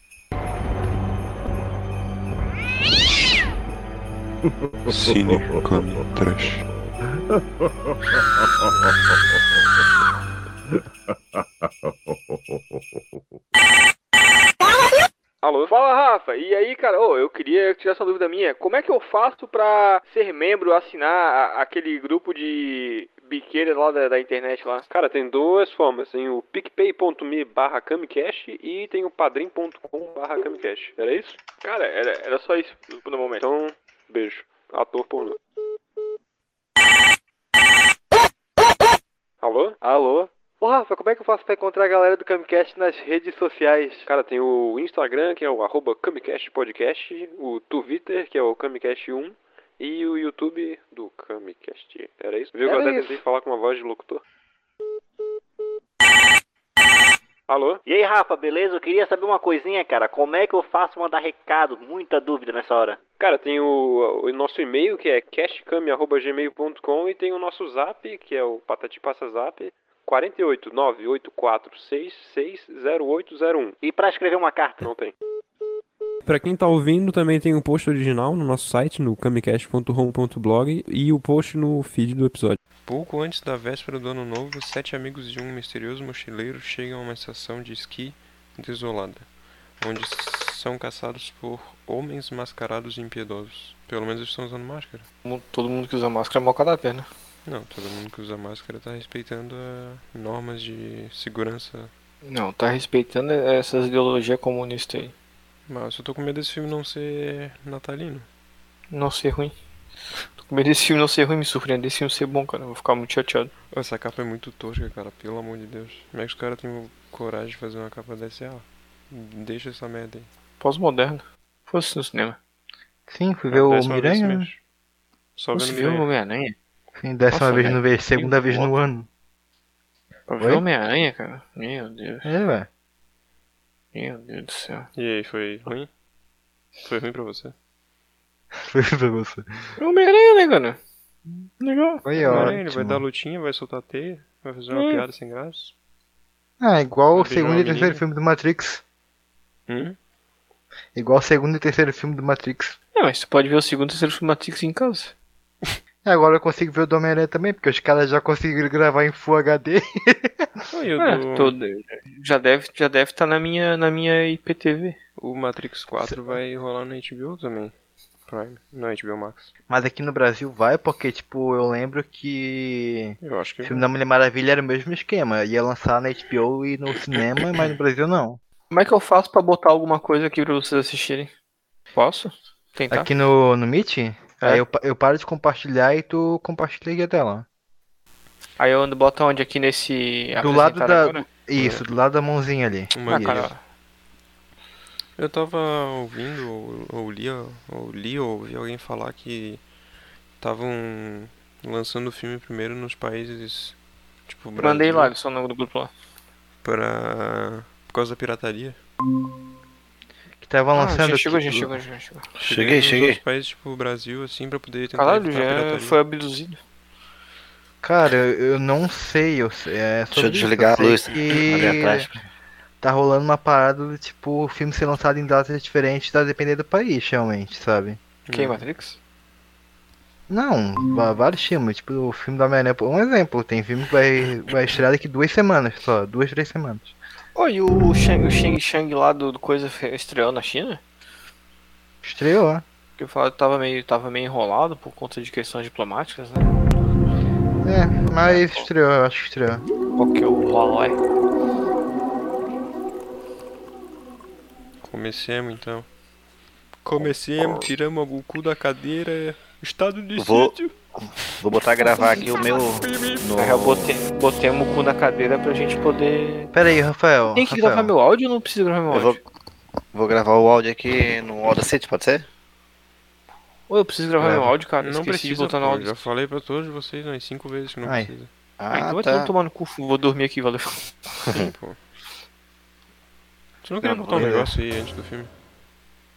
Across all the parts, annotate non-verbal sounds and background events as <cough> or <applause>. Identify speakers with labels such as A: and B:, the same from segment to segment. A: <laughs> Cine come trash.
B: Alô? Fala, Rafa. E aí, cara, ô, eu queria tirar essa dúvida minha. Como é que eu faço pra ser membro, assinar a- aquele grupo de biqueiras lá
C: É
B: da, da internet lá?
C: Cara, tem duas formas. Tem o picpay.me barra camicast e tem o padrim.com barra camicast. Era isso?
B: Cara, era, era só isso no momento.
C: Então, beijo. Ator pornô. Alô?
B: Alô? Ô, Rafa, como é que eu faço pra encontrar a galera do Camcast nas redes sociais?
C: Cara, tem o Instagram, que é o arroba Camicast Podcast, o Twitter, que é o Camicast1, e o YouTube do Camicast. Era isso? Viu que eu
B: Era
C: até
B: isso.
C: tentei falar com uma voz de locutor? Alô?
D: E aí, Rafa, beleza? Eu queria saber uma coisinha, cara. Como é que eu faço mandar recado? Muita dúvida nessa hora.
C: Cara, tem o, o nosso e-mail, que é cashcam.gmail.com, e tem o nosso zap, que é o Patati Passa Zap, 48984660801.
D: E pra escrever uma carta?
C: Não tem.
E: Pra quem tá ouvindo, também tem um post original no nosso site, no camicast.home.blog, e o post no feed do episódio.
A: Pouco antes da véspera do ano novo, sete amigos de um misterioso mochileiro chegam a uma estação de esqui desolada, onde são caçados por homens mascarados e impiedosos. Pelo menos eles estão usando máscara.
F: Mu- Todo mundo que usa máscara é mal cada perna.
A: Não, todo mundo que usa máscara tá respeitando a normas de segurança.
F: Não, tá respeitando essas ideologias comunistas aí.
A: Mas eu tô com medo desse filme não ser natalino.
F: Não ser ruim. Tô com medo desse filme não ser ruim, me surpreender esse filme ser bom, cara. Eu vou ficar Tá muito chateado.
A: Ô, Essa capa é muito tosca, cara, pelo amor de Deus. Como é que os caras têm coragem de fazer uma capa dessa? Ah, deixa essa merda aí.
F: Pós-moderno. Fosse um no cinema.
G: Sim, fui
A: É
G: ver
A: a
G: o
A: décima vez
G: Miranha, né?
A: mesmo. Só
F: Você
A: vendo
F: viu o
A: Miranha.
F: Homem-Aranha?
G: Sim, décima
F: Nossa,
G: é vez
F: velho,
G: no mês, segunda vez no ano.
F: Pra
G: Oi?
F: ver o Homem-Aranha, cara. Meu Deus.
G: É, velho.
F: Meu Deus do céu.
A: E aí, foi ruim? Foi ruim pra você?
G: Foi pra você.
F: É o Homem-Aranha, né, cara? Legal.
G: Foi
A: Miranha,
G: ótimo.
A: ele vai dar lutinha, vai soltar teia, vai fazer uma
F: Hum.
A: piada sem graça.
G: Ah, igual o
A: Vai pegar uma
G: segundo e terceiro
A: menina.
G: filme do Matrix.
A: Hum?
G: Igual o segundo e terceiro filme do Matrix.
F: É, mas tu pode ver o segundo e terceiro filme Matrix em casa.
G: E agora eu consigo ver o do Homem-Aranha também, porque os caras já conseguiram gravar em Full <laughs> HD.
A: Ah, e o,
F: É,
A: do-
F: tô- já deve estar já deve tá na, minha, na minha IPTV.
A: o Matrix 4 vai rolar no HBO também. Prime. Não, HBO Max.
G: Mas aqui no Brasil vai, porque, tipo, eu lembro que.
A: Eu acho que.
G: O filme da Mulher Maravilha era o mesmo esquema. Ia lançar na HBO e no cinema, mas no Brasil não.
F: Como é que eu faço pra botar alguma coisa aqui pra vocês assistirem? Posso? Tentar?
G: Aqui no, no Meet,
F: É.
G: aí eu, pa- eu paro de compartilhar e tu compartilha aqui a tela.
F: Aí eu ando, bota onde? Aqui nesse.
G: Do lado
F: apresentar
G: da-
F: É agora?
G: Isso, do lado da mãozinha ali.
A: Uma
F: Ah,
A: guia.
F: cara.
A: Eu tava ouvindo, ou, ou li, ou li, ou ouvi alguém falar que estavam lançando o filme primeiro nos países tipo Brasil
F: Mandei lá, só no grupo lá.
A: pra... por causa da pirataria.
G: Que tava
F: Ah,
G: lançando.
F: já chegou,
G: aqui-
F: já chegou, já chegou.
A: nos outros países tipo Brasil assim pra poder tentar
F: Caralho,
A: evitar a
F: já
A: pirataria.
F: foi abduzido.
G: Cara, eu, eu não sei. Eu, sei- é sobre
H: Deixa eu
G: isso,
H: desligar
G: sei
H: a luz ali
G: Que
H: atrás.
G: tá rolando uma parada do tipo o filme ser lançado em datas diferentes, tá dependendo do país, realmente, sabe?
F: Quem, Matrix?
G: Não, va- vários filmes, tipo o filme da Homem-Aranha, por um exemplo, tem filme que vai, vai estrear daqui duas semanas só, duas, três semanas.
F: Ô, e o Shang, o Shang Shang lá do, do Coisa fe- estreou na China?
G: Estreou lá.
F: Porque eu falo que tava meio, tava meio enrolado por conta de questões diplomáticas, né?
G: É, mas estreou, eu acho que estreou.
F: Qual que é o rolói?
A: Comecemos então. Comecemos, tiramos o cu da cadeira, estado de
H: Vou-
A: sítio.
H: Vou botar a gravar aqui o meu. No...
F: Na real, botei, botemos o cu na cadeira pra gente poder.
G: Pera aí, Rafael.
F: Tem que
G: Rafael.
F: gravar meu áudio ou não precisa gravar meu
H: Eu
F: áudio?
H: vou, vou gravar o áudio aqui no Audacity, pode ser?
F: Ô, eu preciso
A: É,
F: gravar
G: Grava.
F: meu áudio, cara.
A: Não
F: Esqueci
A: precisa,
F: de botar no
A: pô,
F: áudio.
A: já falei pra todos vocês umas cinco vezes que não
G: Ai.
A: precisa.
F: Ah,
H: Ah,
F: então vai
H: tá.
F: todo tomar no cu. Vou dormir aqui, valeu.
A: Sim, pô. Você não queria
H: Não,
A: botar um
H: beleza.
A: negócio aí antes do filme?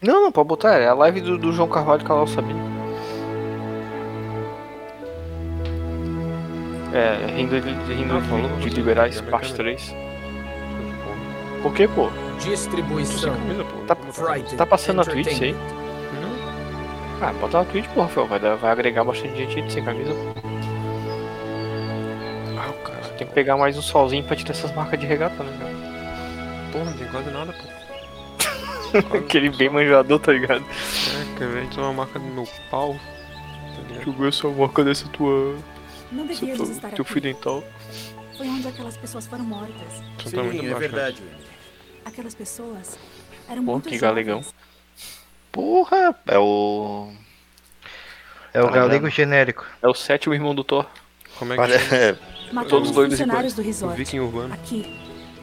F: Não, não, pode botar. É a live do, do João Carvalho Canal Sabino. É, rindo, de- rindo
A: Ah, falou,
F: de, de
A: você
F: liberais,
A: pegou minha
F: parte
A: câmera.
F: 3. Por que, pô?
A: Tô sem
I: Distribuição.
A: camisa, pô.
F: Tá-
A: Como-
I: Frightened
F: Tá passando a Twitch aí?
I: Entertainment.
A: Não,
F: Ah, bota na Twitch, porra, Rafael. Vai, dar- vai agregar bastante gente aí sem camisa. pô.
A: Ah, cara.
F: Tem que pegar mais um solzinho pra tirar essas marcas de regata, né, cara?
A: Porra, não tem quase nada, pô.
F: <laughs> Aquele bem manjador, tá ligado?
A: É, que a gente uma marca no meu pau. Tá
F: Jogou essa marca dessa tua.
I: Não
F: Seu,
I: devíamos estar
F: teu fio
I: aqui.
F: dental.
I: Foi onde aquelas pessoas foram mortas.
J: é
A: Então tá muito baixo.
I: Aquelas pessoas eram
F: Pô,
I: muito
F: que
I: jovens.
F: galegão.
H: Porra, é o.
G: É o
H: Tá
G: galego
H: lembrando.
G: genérico.
F: É o sétimo irmão do Thor.
A: Como é que é?
H: Olha,
G: <laughs>
I: Matamos
A: Todos
I: os
F: doidos
I: um funcionários do
A: O
I: resort.
A: viking urbano.
I: Aqui,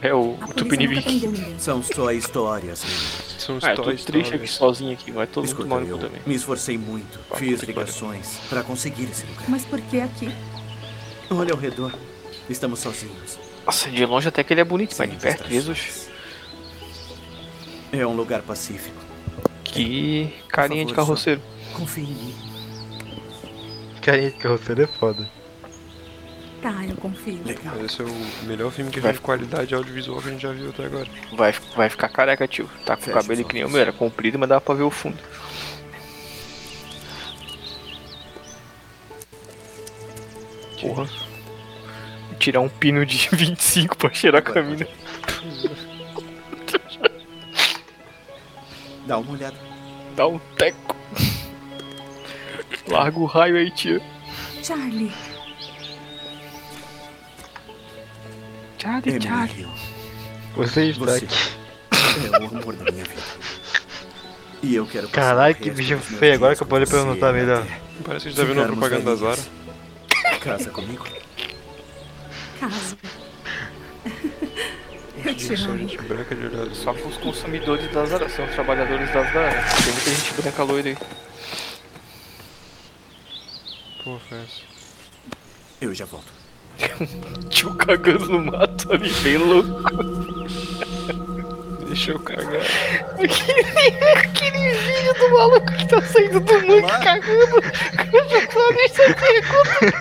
F: É o,
I: a
F: o
I: polícia nunca
F: Tupinivique.
I: prendeu ninguém.
K: São só histórias. né?
A: São
F: Ah, eu tô
A: Toy
F: triste aqui
A: Stories.
F: sozinho aqui, mas todo mundo
K: Escuta,
F: maluco
K: eu
F: também.
K: me esforcei muito,
F: Ah,
K: fiz
F: puta que pariu.
K: ligações para conseguir esse lugar.
I: Mas por que aqui?
K: Olha ao redor, estamos sozinhos.
F: Nossa, de longe até que ele é bonito, mas
K: sem
F: de perto, Jesus.
K: distrações. É um lugar pacífico.
F: Que carinha de
K: favor,
F: carroceiro.
K: Confie em mim.
G: Carinha de carroceiro é foda.
I: Tá, eu confio.
K: Legal.
A: Esse é o melhor filme que vem de qualidade audiovisual que a gente já viu até agora.
F: Vai, vai ficar careca, tio. Tá com o
K: Fecha
F: cabelo
K: os
F: que nem o
K: olhos.
F: meu, era comprido, mas dava pra ver o fundo. Porra. Tirar um pino de <laughs> 25 pra cheirar a camina.
K: Dá uma olhada.
F: Dá um teco. Larga o raio aí, tio.
I: Charlie,
F: Charlie, Charlie.
K: Emily Hill,
G: Você está
K: Você.
G: aqui.
K: é o amor da minha vida. E eu quero passar
G: Caralho,
K: o
G: que
K: resto
G: bicho
K: dos meus
G: feio. Agora
K: dias
G: que eu
K: com
G: parei pra
K: você
G: anotar melhor.
K: até
A: Parece que a gente tá vendo uma
K: ficarmos
A: propaganda da Zara.
K: velhinhos. Casa comigo?
I: caso. eu te
A: Eu sou
I: amo.
A: gente branca de olhar
F: Só pros consumidores das Zara, são os trabalhadores das Zara. Tem muita gente branca loira aí.
A: Pô, festa.
K: Eu já volto.
F: <laughs> Tio cagando no mato ali, bem louco.
A: Deixa eu cagar.
F: Aquele vídeo do maluco que tá saindo do mangue cagando. Jornalista pergunta.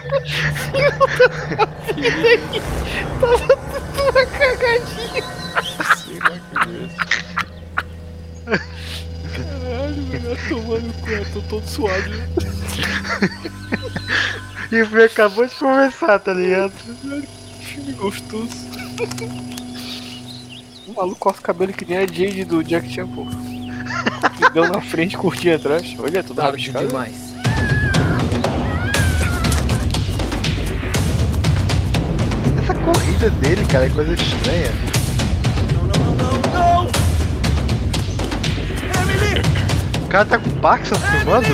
F: Tava tudo uma cagadinha. Caralho, velho, eu tô tomando cu, eu tô todo suado.
G: E o filme acabou de começar, tá ligado?
F: filme gostoso. O maluco corta o cabelo que nem a Jade do Jack Chan, pô. Deu na frente, curtinho atrás. Olha, tudo rabiscado.
K: demais.
G: Essa corrida dele, cara, é coisa estranha. O cara tá com Paxson filmando?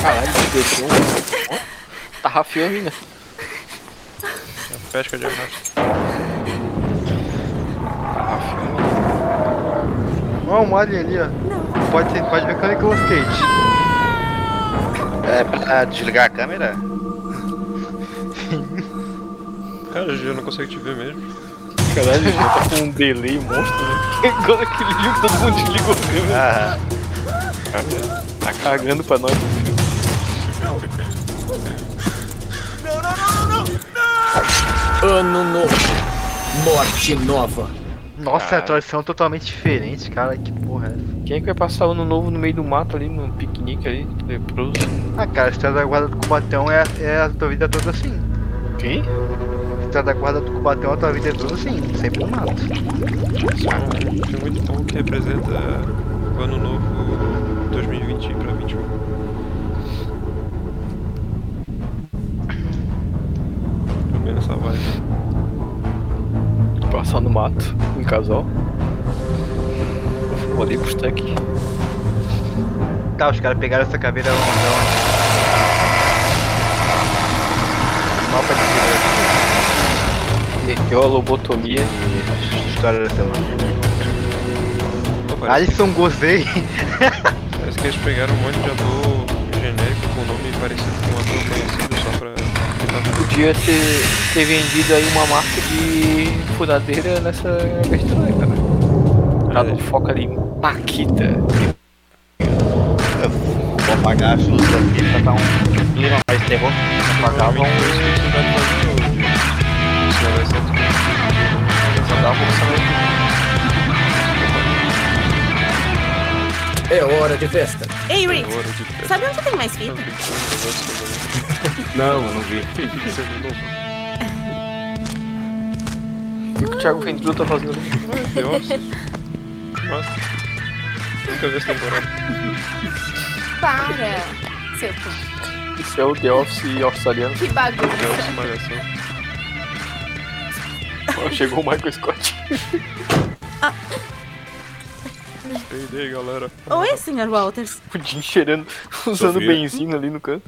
F: Caralho, ele deixou. Tá rafiando ainda.
A: Pesca de arrasto.
G: Ó, um alien ali, ó.
I: Não,
G: Pode, ser, pode ver que é o Nicolas Cage.
H: é pra desligar a câmera?
A: Cara, eu não consigo te ver mesmo.
F: Caralho, ele tá com um delay monstro, né?
A: <laughs>
F: Agora que ele liga, todo mundo desligou o câmera.
H: Ah,
F: Tá cagando pra nós.
K: Ano novo. Morte nova.
G: Nossa, é a
F: Caralho.
G: tradução totalmente diferente, cara. Que porra é essa?
F: Quem é que vai passar ano novo no meio do mato ali, no piquenique ali, leproso?
G: Ah, cara, a história da guarda do Cubatão é, é a tua vida toda assim.
F: Quem?
G: A história da guarda do Cubatão, a tua vida é toda assim. Sempre no mato.
A: Isso é um filme muito bom que representa o ano novo 2020 pra 21. Também nessa vibe.
F: Passar no mato, em casal. Vou ali pro tech.
G: Tá, os caras pegaram essa caveira. da onde? Mapa de vida.
F: Meteu a lobotomia.
G: História da semana.
A: Pô, parece,
G: Alisson Gozei.
A: parece que eles pegaram um monte de ator genérico com nome parecido com um ator conhecido só pra tentar
F: Podia ter, ter vendido aí uma marca de furadeira nessa né? abertura aí,
H: É.
F: cara. Nada de foca ali. Paquita.
H: Vou apagar as luzes aqui pra dar um clima mais terror. Apagava um.
K: É hora de festa.
J: Ei,
F: É
J: Rick, sabe onde tem mais fita?
E: Não, eu não vi.
F: O que o Thiago Ventura tá fazendo?
A: Nossa. Nunca vi essa temporada.
J: Para! Seu cu.
F: Isso é o The Office australiano.
J: Que bagunça.
A: The Office é Malhação. assim.
F: Ó, Chegou o Michael Scott.
A: Perdei, galera.
J: Oi, Sr. Walters.
F: O Jim cheirando, <laughs> usando
L: Sofia.
F: benzina ali no canto.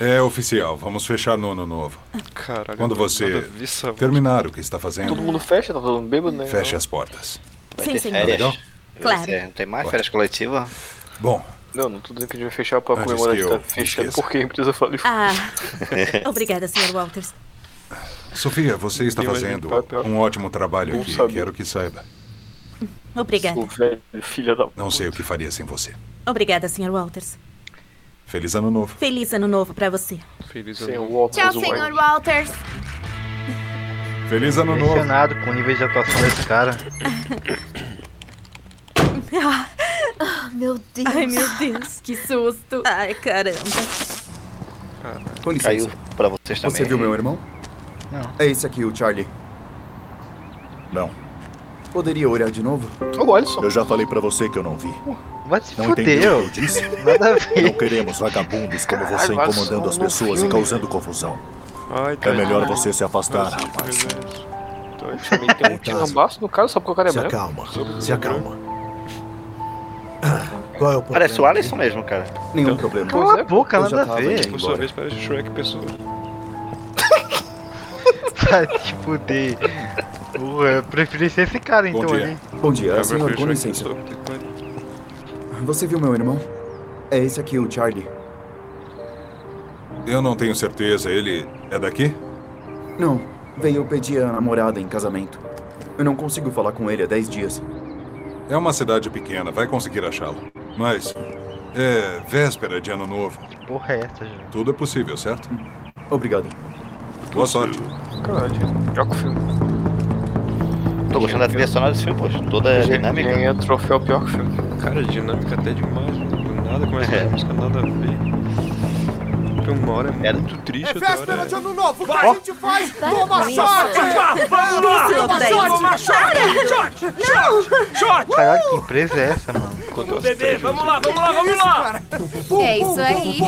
L: É oficial, vamos fechar nono novo.
A: Caralho.
L: Quando
A: nada
L: você
A: a ver essa voz.
L: terminar o que está
F: Todo
L: fazendo,
F: mundo fecha, tá todo mundo bêbado, né?
L: feche as portas.
J: Sim,
H: ter
J: sim.
H: férias?
L: Legal?
J: Claro.
H: É, não tem mais férias coletiva?
L: Bom,
F: Não, não tô dizendo que a gente vai fechar pra
L: Antes
F: comemorar
L: que
F: que tá
L: eu
F: fechando,
L: esqueça.
F: porque a empresa faliu. <laughs>
J: Ah, obrigada, Sr. Walters.
L: <laughs> Sofia, você está
F: Deu ali
L: fazendo
F: papel.
L: um ótimo trabalho
F: Bom
L: aqui,
F: saber.
L: quero que saiba.
H: É.
J: Obrigada.
F: O velho filho da...
L: Não sei o que faria sem você.
J: Obrigada, Sr. Walters.
L: Feliz ano novo.
J: Feliz ano novo pra você.
A: Feliz
F: Sem
A: ano
F: o
A: novo.
F: óculos,
J: Tchau,
F: o
J: senhor
F: Wayne.
J: Walters.
L: Feliz ano novo.
G: Impressionado com o nível de atuação
L: <laughs>
G: desse cara.
J: Meu Deus. Ah. Ai, meu Deus, que susto. Ai, caramba.
K: Com licença.
H: Caiu pra vocês também.
K: Você viu meu irmão?
G: Não.
K: É esse aqui, o Charlie.
L: Não,
K: Poderia olhar de novo?
F: Ô, Alisson.
L: eu já falei para você que eu não vi.
G: Vai se
L: Não entendeu o que eu
G: fuder,
L: disse?
G: nada a ver.
L: Não queremos vagabundos como você
F: Caralho,
L: incomodando as
F: nossa,
L: pessoas e
F: filme.
L: causando confusão.
A: Ai,
L: É
A: tá
L: melhor
A: de-
L: você se afastar,
A: Nossa,
L: rapaz.
A: meu Deus.
F: Então, ele também tem um tirambaço no cara, só porque o cara é
K: Se
F: branco.
K: acalma, se acalma. Ah, Qual é o problema?
H: Parece o Alisson mesmo, cara.
F: Então,
K: Nenhum problema.
F: é,
A: é,
G: Cala a boca,
K: Eu já
G: nada a
K: tava
G: ver.
F: Tipo,
K: indo
A: Por sua
K: embora.
A: vez, parece Shrek pessoa.
G: Vai se fuder. Porra, eu preferi ser esse cara
L: Bom
G: então
L: dia.
G: ali.
K: Bom dia,
A: Agora foi
K: senhor, com
A: Shrek
K: licença.
A: pessoa, puta que pariu.
K: Você viu meu irmão? É esse aqui, o Charlie.
L: Eu não tenho certeza, ele é daqui?
K: Não, veio pedir a namorada em casamento. Eu não consigo falar com ele há 10 dias.
L: É uma cidade pequena, vai conseguir achá-lo. Mas é véspera de ano novo.
G: Que porra é essa, gente?
L: Tudo é possível, certo?
K: Obrigado.
L: Boa sorte.
F: Caralho, joga o filme.
H: Tô gostando da trilha sonora desse filme, poxa. Toda dinâmica.
F: Ganha é troféu pior que o filme.
A: Cara, dinâmica até demais, né? Do nada começa a
H: É.
A: música, nada a ver. Tem uma hora é
H: Era-
A: muito triste, outra hora é...
K: ano novo! né? Vai! A gente faz! Toma sorte! Vamos
J: Toma sorte!
K: Toma sorte!
G: Caralho, Tá, que empresa é essa, mano?
A: Quando eu
K: Vamos lá, vamos lá, vamos lá!
J: É isso aí.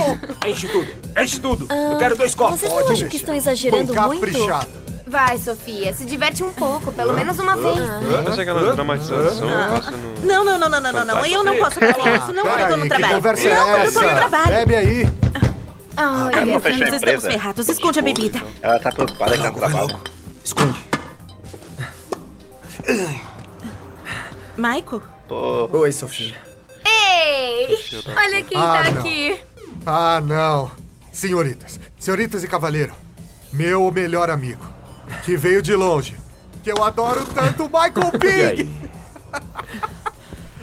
K: Enche tudo, enche tudo! Eu quero dois copos!
M: Ah, Vocês não acham que estão exagerando muito?
J: Vai, Sofia, se diverte um pouco, pelo menos uma vez.
A: Parece é aquela dramatização que passa no...
J: Não, não, não, não, não, não, não. Eu não posso fazer isso. Não é eu tô no trabalho.
K: conversa é
J: não, eu tô no trabalho.
K: Bebe aí!
H: Cara,
J: Olha,
H: não fechou a
J: nós estamos
H: empresa.
J: ferrados. Esconde a bebida.
H: Ela tá preocupada que ela tá mal.
K: Esconde.
J: Michael?
H: Pô,
K: Oi, Sofia.
M: Ei! Olha quem
N: Ah,
M: tá
N: não.
M: aqui!
N: Ah, não. Senhoritas, senhoritas e cavaleiro, meu melhor amigo, que veio de longe, que eu adoro tanto,
K: <laughs>
N: Michael Pig!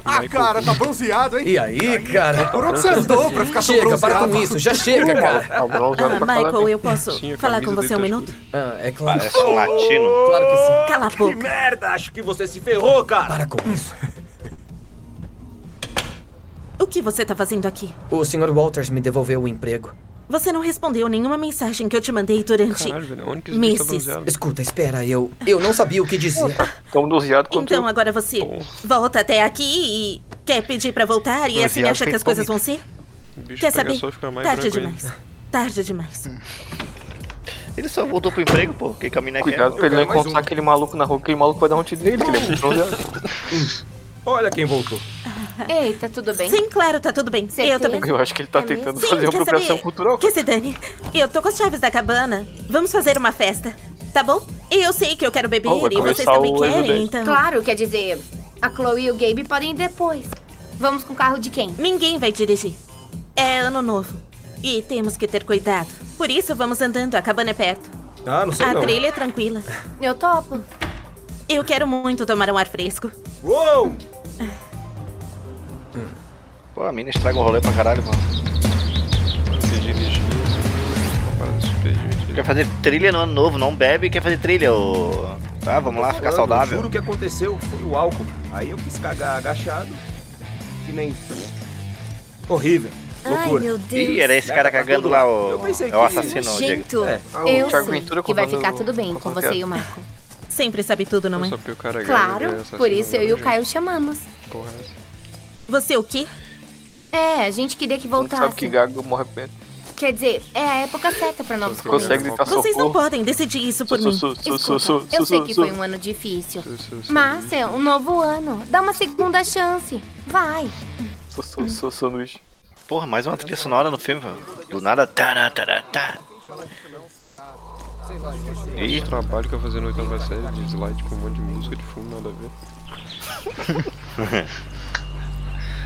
N: ah, cara, tá bronzeado, hein?
K: E aí, cara?
N: Por onde você andou pra ficar tão
K: Chega, para
N: bronzeado?
K: com isso,
F: <laughs>
K: já chega, cara.
F: Tá bronzeado
J: Ah,
F: pra caralho.
J: Michael, eu posso
A: Sim, a
J: falar
A: camisa
J: com você um
A: dele tá
J: minuto?
K: Ah, é claro.
H: parece um latino.
K: Claro que sim.
J: Cala a boca.
N: merda, acho que você se ferrou, cara!
K: Para com isso.
J: O que você tá fazendo aqui?
K: O Sr. Walters me devolveu o emprego.
J: Você não respondeu nenhuma mensagem que eu te mandei durante.
A: Caralho, velho, onde que esse bicho tá
J: Misses.
A: bronzeado?
K: Escuta, espera, eu. Eu não sabia o que dizer.
F: Tão bronzeado quanto
J: Então
F: eu.
J: agora você volta até aqui e quer pedir pra voltar e
G: Eu
J: assim
G: já
J: acha que
G: sei
J: as coisas vão
G: como
J: ser?
A: O bicho
J: Quer
A: pega
J: saber?
A: só e fica mais
J: Tarde
A: branco ainda.
J: demais. Tarde demais.
H: Ele só voltou pro emprego, pô. Que caminho é que é?
F: Cuidado pra ele não
N: quero mais
F: encontrar
N: um.
F: aquele maluco na rua, aquele maluco vai dar um tiro
N: <laughs>
F: nele, que ele é muito bronzeado.
N: Olha quem voltou.
M: <laughs> Ei, tá tudo bem?
J: Sim, claro, tá tudo bem.
M: Certeza?
J: Eu também.
F: Eu acho que ele tá
M: É mesmo?
F: tentando
J: Sim,
F: fazer
J: quer
F: apropriação
J: saber?
F: cultural.
J: Que se dane. Eu tô com as chaves da cabana. Vamos fazer uma festa, tá bom? E eu sei que eu quero beber
F: Oh, vai
J: e vocês
F: começar
J: também
F: o
J: querem,
F: Evil Dead.
J: então.
M: Claro, quer dizer, a Chloe e o Gabe podem ir depois. Vamos com o carro de quem?
J: Ninguém vai dirigir. É ano novo. E temos que ter cuidado. Por isso vamos andando, a cabana é perto.
N: Ah, não sei
J: A
N: não.
J: trilha é tranquila.
M: Eu topo.
J: Eu quero muito tomar um ar fresco.
N: Uou!
H: Pô, a mina estraga o rolê pra um caralho, mano.
A: se dirigir assim, uma parada super divertida.
H: Quer fazer trilha no ano novo, não bebe, quer fazer trilha, ô. Tá, vamos lá, ficar saudável.
O: Juro que aconteceu foi o álcool. Aí eu quis cagar agachado, que nem. Horrível. Loucura.
J: meu Deus.
H: Ih, era esse cara cagando lá,
O: Eu
H: o.
O: pensei
H: É o
O: que-
H: assassino, o Diego.
J: Nojento.
H: É.
M: Eu
J: Thiago
M: sei
J: Ventura
M: que vai
J: contando-
M: ficar tudo bem com
J: contando é.
M: você
J: piada.
M: e o Marco.
J: Sempre sabe tudo, não é?
M: Claro, por isso eu e o Caio chamamos.
J: Você o quê?
M: É, a gente queria que
F: Sabe que
M: voltasse.
F: gago morre bem.
M: Quer dizer, é a época certa pra novos
F: Consegue
M: começos.
F: gritar Vocês não socorro?
J: podem decidir isso
F: por Su- mim. su- su-
M: Escuta,
F: su- su-
M: eu
F: su-
M: sei
F: su-
M: que
F: su-
M: foi um ano difícil. Mas é um novo ano. Dá uma segunda chance. Vai.
H: Sou, sou, sou, sou Luiz. Porra, mais uma trilha sonora no filme, velho. Do nada. Tará, tará, tá.
A: E o é trabalho que eu fazia na oitava série de slide com um monte de música de fundo, nada a ver.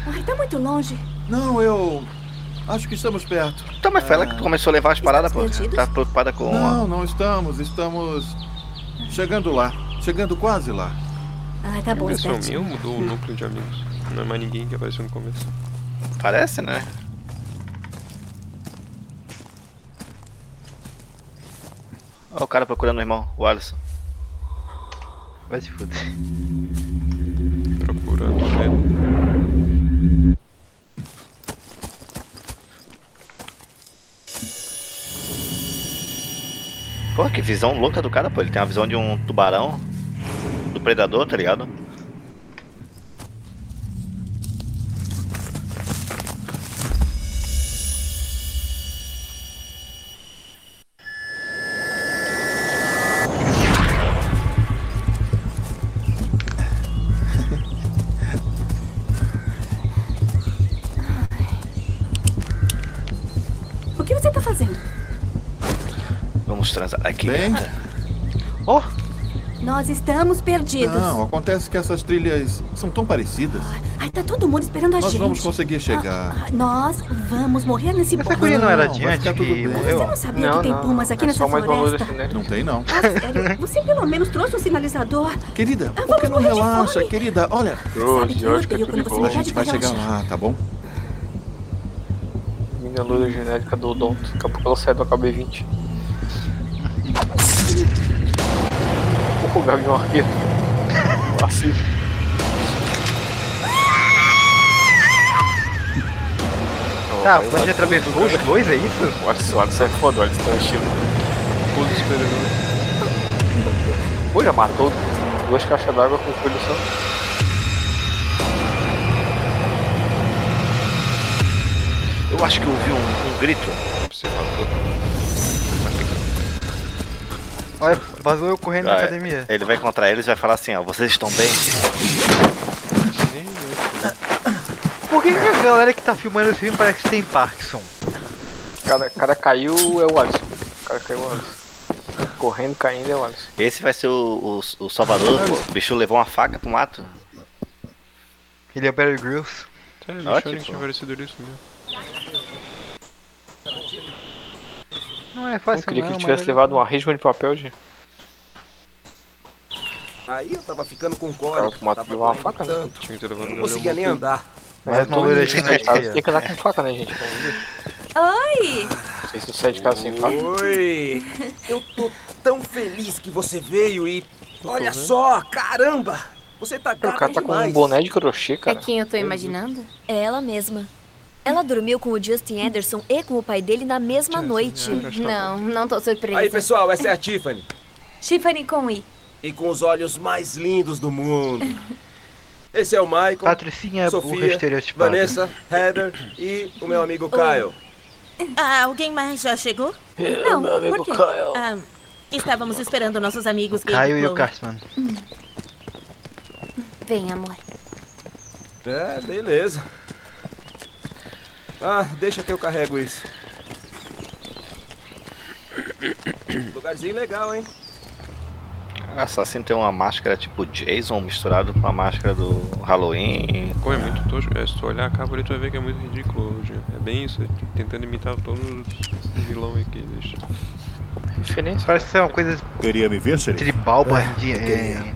I: Ai, tá muito longe.
O: Não, eu. Acho que estamos perto.
H: Tá, mas foi ela que começou a levar as paradas, pô.
O: perdidos?
H: Tá preocupada com.
O: Não, não estamos. Estamos. Chegando lá. Chegando quase lá.
I: Ai, tá bom,
A: Pessoal
I: Sete.
A: meu mudou o núcleo de amigos. Não é mais ninguém que apareceu no começo.
H: Parece, né? Olha o cara procurando o irmão, o Alisson.
G: Vai se fuder.
A: Procurando né?
H: Porra, que visão louca do cara, pô. Ele tem uma visão de um tubarão, do predador, tá ligado?
I: O que você tá fazendo?
H: Vamos transar aqui.
O: Bem?
I: Nós estamos perdidos.
O: Não, acontece que essas trilhas são tão parecidas.
I: Ai, Ah, tá todo mundo esperando a
O: Nós
I: gente.
O: vamos conseguir chegar.
I: Nós vamos morrer nesse Ah,
O: Essa
I: barco.
O: guria não era
I: Não,
O: de- Vai ficar tudo bem.
I: Você não sabia que tem pumas aqui nessa floresta?
O: Não tem, não.
I: Sério, você pelo menos trouxe um sinalizador.
O: Querida,
I: ah,
O: por que não relaxa, querida? Olha.
I: Trouxe, eu acho que é tudo de
O: A gente vai chegar lá, tá bom?
F: Minha loura genética do Odonto. Daqui a pouco ela sai do AKB20. Pô, o Gavião <laughs> Arqueiro. Assim.
G: Tá, o plano de atravessou os dois, é isso?
F: O Alisson, o Alisson é foda, o Alisson tá estilo. Tudo esperando. Pô, já matou duas caixas d'água com folha só.
H: Eu acho que ouvi um, um grito.
G: Olha, vazou eu correndo na
H: Ah, é.
G: academia.
H: Ele vai encontrar eles e vai falar assim, ó, vocês estão bem?
G: Por que, que a galera que tá filmando esse filme parece que tem Parkinson?
F: O cara, cara caiu, é o Alisson. O cara caiu, é o Alisson. Correndo, caindo, é o Alisson.
H: Esse vai ser o, o, o Salvador, pô. O bicho levou uma faca pro mato.
G: Ele é o Barry Grylls.
A: Sério, É, eu
H: Ótimo.
A: achei que tinha aparecido isso mesmo.
G: Não é
F: Eu
G: fácil,
F: queria
G: não,
F: que ele
G: mas
F: tivesse levado uma resma de papel, de um
O: Aí eu tava ficando com
F: Cara,
O: cólica.
F: o mato
O: tava
F: levou uma
O: doendo
F: faca, né?
O: tanto,
A: Tinha que ter levado
O: Não
A: um
O: conseguia nem
A: olhão.
O: andar.
F: Mas
A: não
F: loira
A: era
F: de genética. Tem É, que andar com faca, né, gente? Não
I: Oi!
F: sei se sai de
H: tá
F: casa
H: assim,
F: sem faca.
O: Oi! Eu tô tão feliz que você veio e. Olha só, caramba! Você tá
F: O cara
O: gata
F: tá com um
O: demais.
F: boné de crochê,
M: É
F: cara.
M: quem eu tô imaginando?
P: É ela mesma. Ela dormiu com o Justin Anderson e com o pai dele na mesma noite.
M: Não, não tô surpresa.
P: Aí,
O: Pessoal, essa é a Tiffany.
M: Tiffany com I.
O: E com os olhos mais lindos do mundo. Esse é o Michael,
G: Patricinha burra
O: Sofia,
G: estereotipada.
O: Vanessa, Heather e o meu amigo Kyle.
J: Ah, alguém mais já chegou?
O: É,
J: não,
O: meu amigo
J: por quê?
O: Kyle.
J: Ah, estávamos esperando nossos amigos Gabe
G: Caio e o
J: Chloe.
G: Cartman.
M: Vem, amor.
O: É, beleza. Ah, deixa que eu carrego isso. Lugarzinho legal, hein?
H: O assassino Ah, assim tem uma máscara tipo Jason misturado com a máscara do Halloween.
A: Pô, é muito tosco. É, se tu olhar a capa ali, tu vai ver que é muito ridículo hoje. É bem isso, tentando imitar todos os vilões aqui. Deixa.
G: Parece ser uma coisa
Q: Queria me ver, Serena?
G: tribal,
Q: Ah,
G: bardi- é,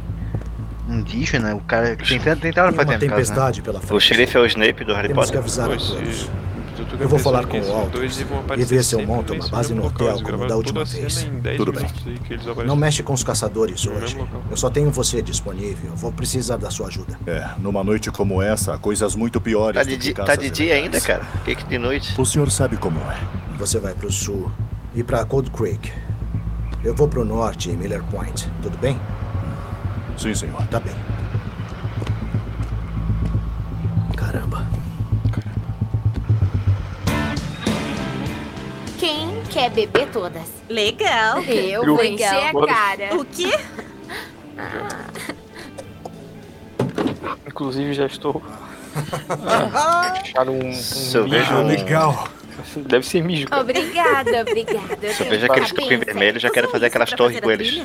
G: indígena. O cara tentando, tentaram fazer no caso, né?
H: O xerife é o Snape do Harry
G: Temos
H: Potter.
G: que avisar a
H: Pois,
A: Tu Tudo
Q: Eu vou
A: bem,
Q: falar
A: só
Q: com
A: que esses
Q: o Alto
A: dois vão
Q: e
A: aparecer
Q: ver se eu
A: sempre
Q: monto uma
A: nesse
Q: base no
A: mesmo local.
Q: hotel
A: Eles
Q: como da
A: gravaram toda
Q: última
A: a cena
Q: vez.
A: em 10
Q: Tudo bem.
A: minutos aí que eles
Q: Não
A: apareceram.
Q: mexe com os caçadores
A: No
Q: hoje.
A: mesmo local.
Q: Eu só tenho você disponível. Vou precisar da sua ajuda.
R: É, numa noite como essa, há coisas muito piores.
Q: Tá
R: do
Q: de
R: que
Q: di- tá
R: caças
Q: de dia
R: ilegais.
Q: ainda, cara?
H: Que que de noite?
Q: O senhor sabe como é. Você vai pro sul e pra Cold Creek. Eu vou pro norte e Miller Point. Tudo bem?
R: Sim, senhor.
Q: Tá bem.
R: Caramba.
M: Quem quer beber todas?
J: Legal.
M: Eu vou encher a cara.
J: O quê?
F: Inclusive já
M: <laughs>
F: estou. Acharam um. um
H: Se eu
F: mijo.
H: vejo um-
N: Legal.
H: Deve ser mijo, cara.
M: Obrigada, obrigada. Eu
H: Se eu
M: tenho
H: vejo
M: que
H: aqueles
M: ficar
H: copinhos
M: bem
H: vermelhos, já quero fazer aquelas torres com eles.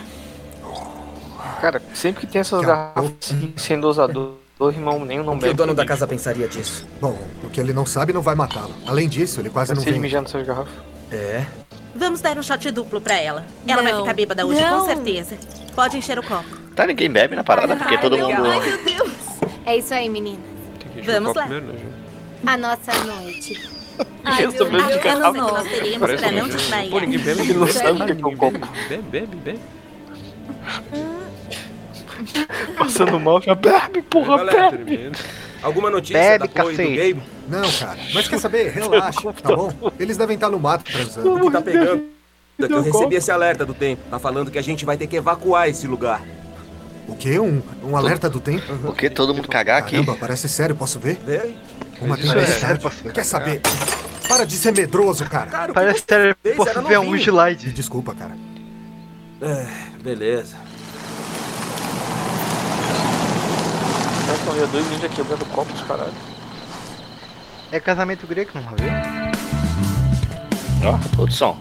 F: Cara, sempre que tem essas garrafas assim, sem dosador, irmão nenhum não
N: O que
F: bebe.
N: o dono da
F: casa pensaria disso?
N: Bom, o que ele não sabe não vai matá-lo. Além disso, ele quase não
F: Vocês
N: vem.
F: Tá mijando suas garrafas?
N: É.
J: Vamos dar um shot duplo pra ela. Ela vai
M: Não.
J: ficar bêbada hoje,
M: Não.
J: com certeza. Pode encher o copo.
H: Tá, ninguém bebe na parada, porque todo mundo.
M: Ai, meu Deus. É isso aí, menina.
J: Vamos lá.
A: né?
M: A nossa noite.
J: Gesto
M: meu
J: mesmo de
M: Deus.
J: garrafa. Não, nós teríamos
M: Parece
J: pra
M: um
J: não
M: gesto.
J: desmaiar.
F: Pô, ninguém bebe, ele não sabe o que é um copo.
A: Bebe, bebe, bebe.
F: <laughs> Passando mal, já bebe, porra,
O: Galera,
F: bebe.
O: Alguma notícia
F: Bebe,
O: da Chloe e
F: cacete.
O: do Gabe?
N: Não, cara. Mas <laughs> quer saber? Relaxa, tá bom?
F: <laughs>
N: Eles devem estar no mato transando.
O: que tá pegando. Que eu recebi esse alerta do tempo. Tá falando que a gente vai ter que evacuar esse lugar.
N: O quê? Um, um alerta do tempo?
H: O quê? Todo mundo cagar aqui?
N: Caramba, parece sério. Posso ver? Uma
H: Isso é sério,
N: tentativa.
H: posso
N: Quer saber? Para de ser medroso, cara.
G: Parece sério. Posso ver um slide.
N: Desculpa, cara.
O: É, beleza.
F: Nossa, havia dois ninjas quebrando copos, caralho.
G: É casamento grego, não vai ver?
H: Ó, outro som.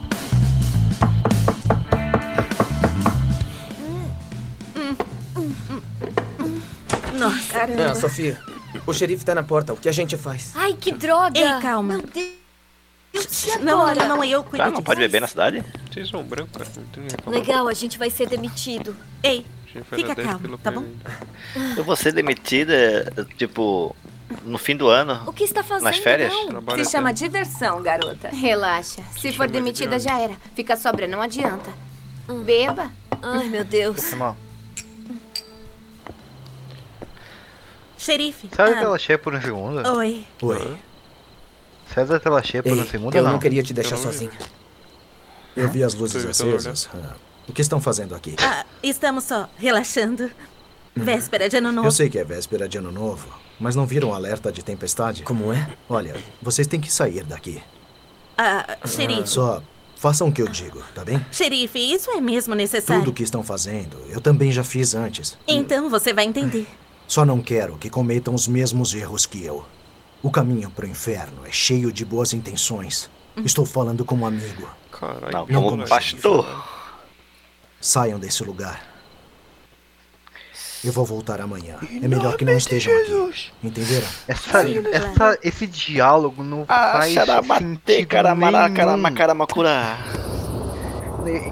J: Nossa,
O: Ah, Sofia, o xerife tá na porta. O que a gente faz?
M: Ai, que droga.
J: Ei, calma. Não, não, não, eu cuido
H: Ah, não
J: disso.
H: pode beber na cidade?
A: Vocês são brancos, né? cara. Não tem nem como.
P: Legal, a gente vai ser demitido.
J: Ei,
A: foi Fica na dez calmo, pelo tá bom?
H: Eu vou ser demitida, tipo, no fim do ano.
M: O que está fazendo,
H: Nas férias?
M: não?
H: Trabalho
M: Se
H: até-
M: chama diversão, garota. Relaxa. Se for demitida, já era. Fica sobra, não adianta. Hum. Beba.
P: Ai, meu Deus.
J: Xerife.
G: Sabe
J: ah,
G: a tela cheia por um segundo?
J: Oi.
G: Oi. Sabe da tela cheia por um segundo?
Q: eu
G: não
Q: não queria te deixar
G: sozinho.
Q: Eu vi as luzes acesas. Ah, O que estão fazendo aqui?
J: ah, estamos só relaxando. Hum. Véspera de ano novo.
Q: Eu sei que é véspera de ano novo, mas não viram o alerta de tempestade? Como é? Olha, vocês têm que sair daqui.
J: Ah, xerife.
Q: Só façam o que eu digo, tá bem?
J: Xerife, isso é mesmo necessário.
Q: Tudo o que estão fazendo, eu também já fiz antes.
J: Então você vai entender.
Q: Só não quero que cometam os mesmos erros que eu. O caminho pro inferno é cheio de boas intenções. Estou falando como amigo.
A: Caralho.
Q: Não,
H: como
Q: como
H: pastor.
Q: Saiam desse lugar. Eu vou voltar amanhã. É melhor que não estejam aqui. Entenderam?
G: Essa, essa- esse diálogo não
Q: Ah,
G: faz sentido nenhum. É,
H: macura.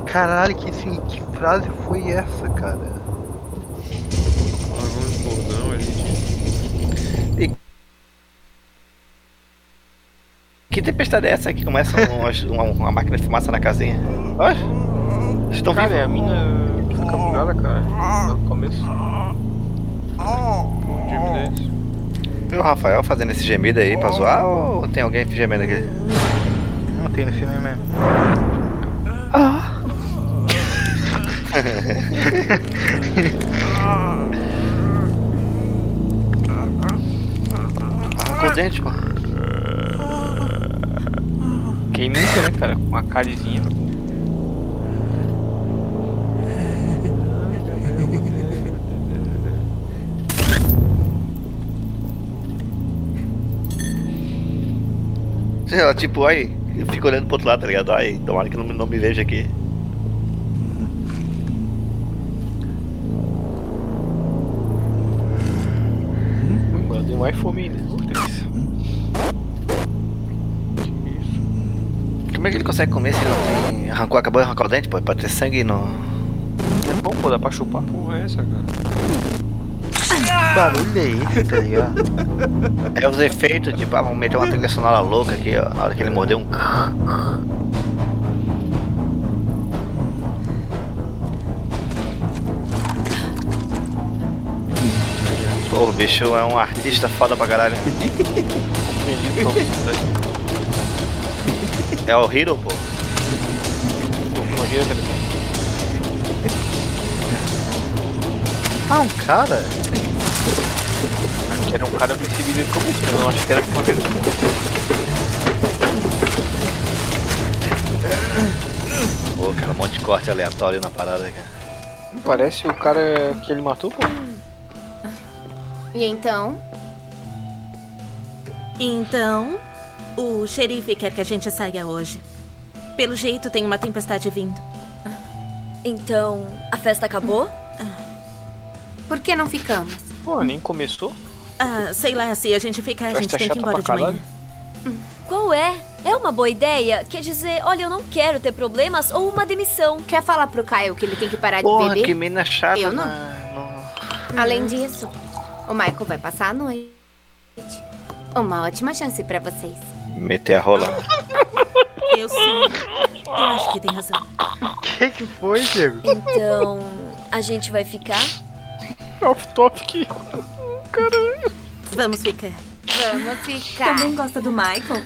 G: Caralho, que, sim- que frase foi essa, cara?
A: Vagões de bordão, a gente.
H: Que tempestade é essa que começa um- uma, uma máquina de fumaça na casinha? Olha, estão
F: Cara,
H: vivos.
F: é a mina fica bugada, cara. No começo.
H: Tem o Rafael fazendo esse gemido aí pra zoar ou tem alguém gemendo aqui?
G: Não tem no filme mesmo.
Q: Ah.
H: Arrancou o dente, mano.
F: Quem nunca, né, cara? Com uma carizinha.
H: Sei lá, tipo, aí, eu fico olhando pro outro lado, tá ligado? Ai, tomara que não, me- não me veja aqui.
F: Mano, tem um iPhone ainda.
H: Como é que ele consegue comer se ele não tem. Arrancou, acabou de arrancar o dente, pô, pra ter sangue no.
F: É bom, pô, dá pra chupar.
A: Porra, é essa, cara?
G: barulho é esse, tá ligado?
H: É os efeitos, tipo, ah, vamos meter uma trilha sonora louca aqui, ó. Na hora que ele mordeu um. Pô, o bicho é um artista foda pra caralho. É o Hiro, pô.
G: <laughs> Ah, um cara?
F: Era um cara percebido ele como isso, eu não acho que era assim. uma
H: Pô, cara, um monte de corte aleatório na parada, cara.
F: Não parece o cara que ele matou, pô?
M: E então?
J: Então, o xerife quer que a gente saia hoje. Pelo jeito, tem uma tempestade vindo.
P: Então, a festa acabou?
M: Por que não ficamos?
F: Pô, nem começou?
J: Ah, sei lá, se a gente ficar, a
F: Festa
J: gente tem que
F: chata
J: ir embora
F: pra
J: de manhã.
F: caralho.
P: Qual é? É uma boa ideia? Quer dizer, olha, eu não quero ter problemas ou uma demissão.
M: Quer falar pro Caio que ele tem que parar de
P: Porra,
M: beber?
P: que
H: mina chata.
M: Eu não. Além disso, o Michael vai passar a noite. Uma ótima chance pra vocês.
H: Meter a rola.
J: Eu sim. Eu acho que tem razão.
G: Que que foi, Diego?
P: Então, a gente vai ficar?
F: Off topic.
J: Caralho. Vamos ficar.
M: Vamos ficar.
I: Também gosta do Michael?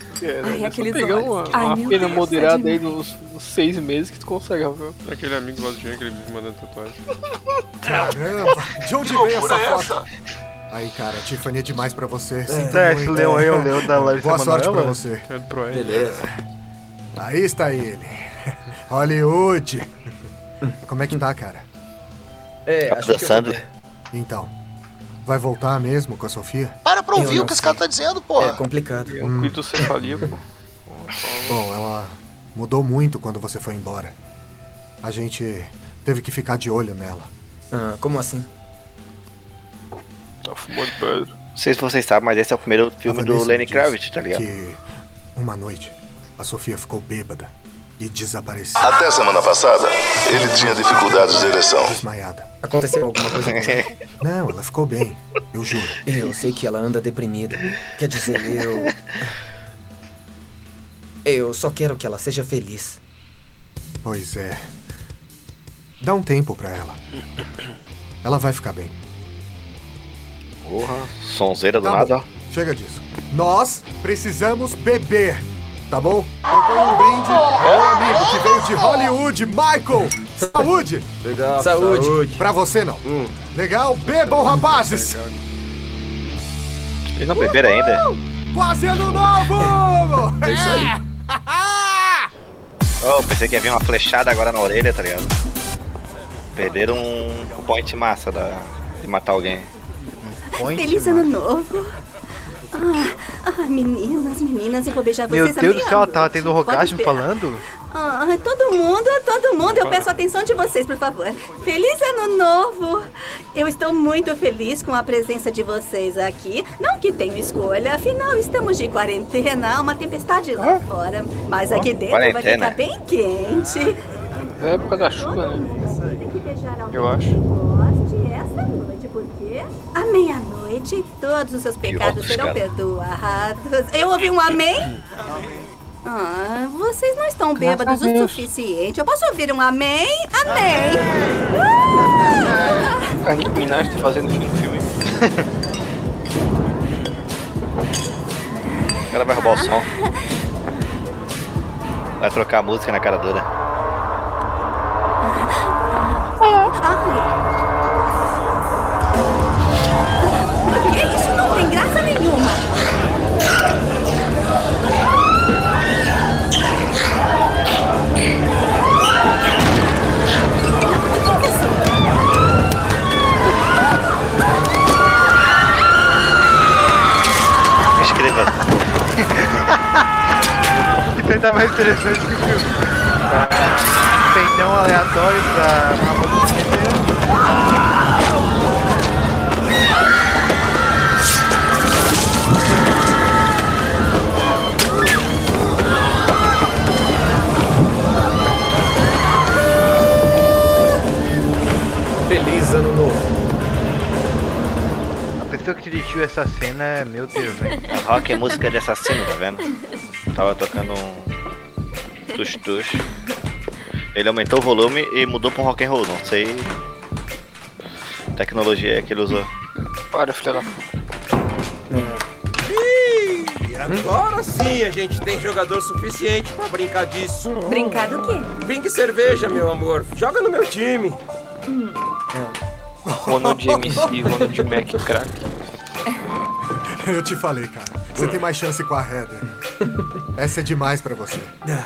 I: Ai, aqueles
F: É, pegar
I: olhos.
F: uma,
I: Ai,
F: uma
I: meu
F: pena
I: Deus,
F: moderada aí
I: tadinho.
F: nos, nos seis meses que tu consegue, viu?
A: <laughs> Aquele amigo Valdinho que ele vive mandando tatuagem.
N: Caramba, de onde veio essa
A: loucura é
N: foto? Aí, cara, Tiffany é demais pra você. sinto
G: É, esse
N: muito.
G: leão aí é o leão da Larissa
N: Boa sorte pra
G: Manoela?
N: você.
A: É do Proerd.
N: Beleza. Aí está ele. <laughs> Hollywood. Como é que tá, cara?
S: É,
H: Tá acho que eu- dançando?
N: Então, vai voltar mesmo com a Sofia?
S: Para pra
N: Eu
S: ouvir
N: não
S: o que esse cara tá dizendo, porra.
G: É
N: complicado.
F: Eu cuido cefalíaco.
N: Bom, ela mudou muito quando você foi embora. A gente teve que ficar de olho nela.
S: Ah, como assim?
F: Tá fumando pedra.
H: Não sei se vocês sabem, mas esse é o primeiro filme
N: A
H: do
N: Vanessa
H: Lenny
N: diz
H: Kravitz, tá ligado?
N: Que uma noite, a Sofia ficou bêbada e desapareceu.
T: Até semana passada, ele tinha dificuldades de ereção.
N: Desmaiada.
S: Aconteceu alguma coisa com ela?
N: <laughs> Não, ela ficou bem, eu juro.
S: Eu sei que ela anda deprimida. Quer dizer, eu. Eu só quero que ela seja feliz.
N: Pois é. Dá um tempo pra ela. Ela vai ficar bem.
H: Porra, sonzeira do
N: Tá
H: nada,
N: bom. Chega disso. Nós precisamos beber, tá bom? Eu tenho um brinde ao amigo que veio de Hollywood, Michael. Saúde!
S: Legal, saúde. saúde.
N: Pra você não. Legal, bebam, rapazes!
H: Eles não beberam ainda.
N: Quase ano novo!
H: É isso aí. Oh, pensei que ia vir uma flechada agora na orelha, tá ligado? Perderam um point massa da... de matar alguém.
I: Feliz ano novo. Ah, ah, meninas, meninas, eu vou beijar vocês
G: Meu Deus do
I: amigos.
G: céu, ela tava
F: um
G: tendo
I: Pode
G: orgasmo
I: esperar.
G: falando?
I: Ah, todo mundo, todo mundo, eu peço a atenção de vocês, por favor. Feliz ano novo! Eu estou muito feliz com a presença de vocês aqui. Não que tenho escolha, afinal estamos de quarentena, há uma tempestade lá fora. Mas aqui dentro
F: Quarentena.
I: vai ficar bem quente.
F: É época da chuva, né? Eu acho.
I: Goste essa noite, porque à meia-noite todos os seus pecados
F: óculos,
I: serão
F: cara.
I: perdoados. Eu ouvi um amém? Ah, vocês não estão bêbados o suficiente. Eu posso ouvir um amém? Amém!
F: A Nick Minaj tá fazendo isso no
G: <laughs>
F: filme.
H: O cara vai roubar o
M: Ah.
H: som. Vai trocar a música na cara dura.
I: Ah, Porque isso não tem graça nenhuma.
H: Escreva.
G: <laughs> Então tá mais interessante que o filme. Peitão aleatório pra uma
S: Feliz ano novo.
G: assistiu essa cena, meu Deus, velho.
H: Rock é música de assassino, tá vendo? Tava tocando um. Tux tux. Ele aumentou o volume e mudou pra um rock and roll, não sei. Tecnologia é que ele usou.
F: Para, filha da
O: Ih, agora sim a gente tem jogador suficiente pra brincar disso.
I: Brincar do quê?
O: Brinque cerveja, meu amor. Joga no meu time.
F: Ronald MC, Ronald Mac crack.
N: Eu te falei, cara. Você tem mais chance com a Heather. Essa é demais pra você.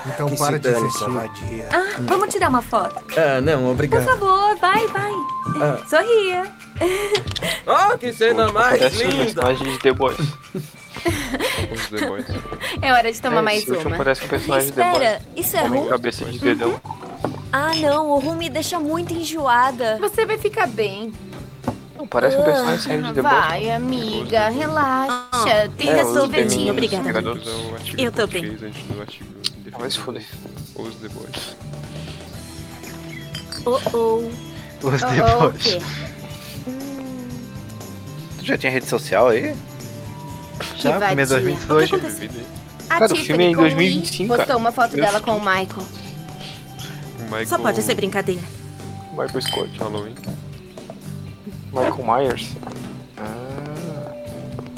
N: Então
S: que
N: para
S: se
N: de
S: dane,
N: insistir.
I: Ah, vamos tirar uma foto.
S: Ah, não,
I: Por
S: obrigado.
I: favor, vai, vai.
S: Ah.
I: Sorria.
O: Oh, que cena mais
F: Parece um
O: linda.
F: personagem de The Boys.
A: Os The Boys.
M: É hora de tomar
F: É,
M: mais
F: esse último
M: uma.
F: parece um personagem de The Boys.
P: Espera, isso é
F: Homem
P: ruim?
F: cabeça de dedão.
P: Ah, não, o rum me deixa muito enjoada.
M: Você vai ficar bem.
F: Não, parece um personagem saindo de The Boys.
M: Vai, amiga, relaxa. Tenta
F: É,
M: é,
F: os
M: sorvetinho,
F: meninos
M: obrigada.
F: jogadores.
M: Eu tô bem.
F: Vai se fuder.
A: Os The Boys.
M: Oh, oh.
G: Os
H: Ah,
M: Oh,
G: The
M: oh, o
H: <laughs>
G: Boys.
M: quê?
H: Tu já tinha rede social aí?
G: Já,
M: Que
G: primeiro
M: vadia.
G: 2022.
M: O que aconteceu? A
F: Cara, o
M: Tiffany
F: filme é em
M: com o Lee
F: 2025,
M: Postou
F: cara.
M: uma foto
F: Meu
M: dela com o Michael.
A: Michael...
J: Só pode ser brincadeira.
F: Michael Scott.
A: Halloween.
F: Michael Myers.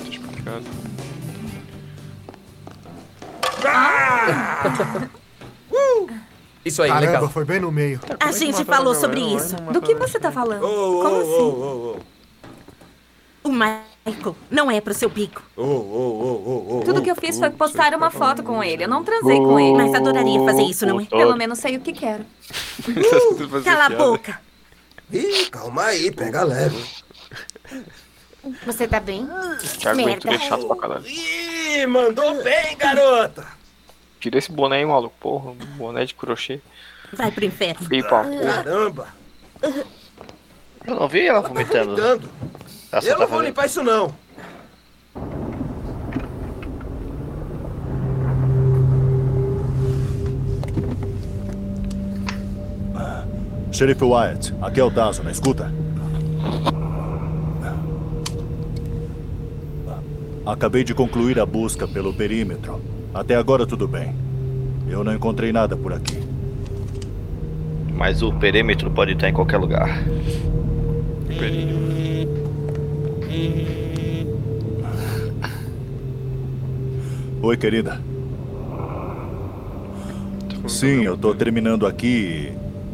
A: Explicado.
O: Ah! Isso aí,
N: Caramba,
O: legal.
N: foi bem no meio.
J: A gente falou sobre isso. Do que você tá falando? Como assim?
O: Oh,
J: O Michael não é pro seu bico.
O: oh, oh, oh, oh,
I: Tudo que eu fiz foi
O: <laughs>
I: postar
O: tá
I: uma foto com ele. Eu não transei com ele.
J: Mas adoraria fazer isso, não é?
I: Pelo menos sei o que quero.
J: Cala a boca.
O: Ih, calma aí, pega leve.
M: Você tá bem?
F: Thiago
M: Merda.
F: Ventura é chato pra caralho.
O: Ih, mandou bem, garota.
F: Tira esse boné aí, maluco. Porra, um boné de crochê.
J: Vai pro inferno.
F: Feio pra porra.
O: Caramba.
H: Eu não vi ela vomitando.
O: Tá vomitando.
H: Ela só
O: eu não
H: tá
O: vou
H: fazendo...
O: limpar isso não.
R: Xerife Wyatt, aqui é o Tazo, na escuta? Acabei de concluir a busca pelo perímetro. Até agora tudo bem. Eu não encontrei nada por aqui.
H: Mas o perímetro pode estar em qualquer lugar.
R: Oi, querida. Sim, eu tô terminando aqui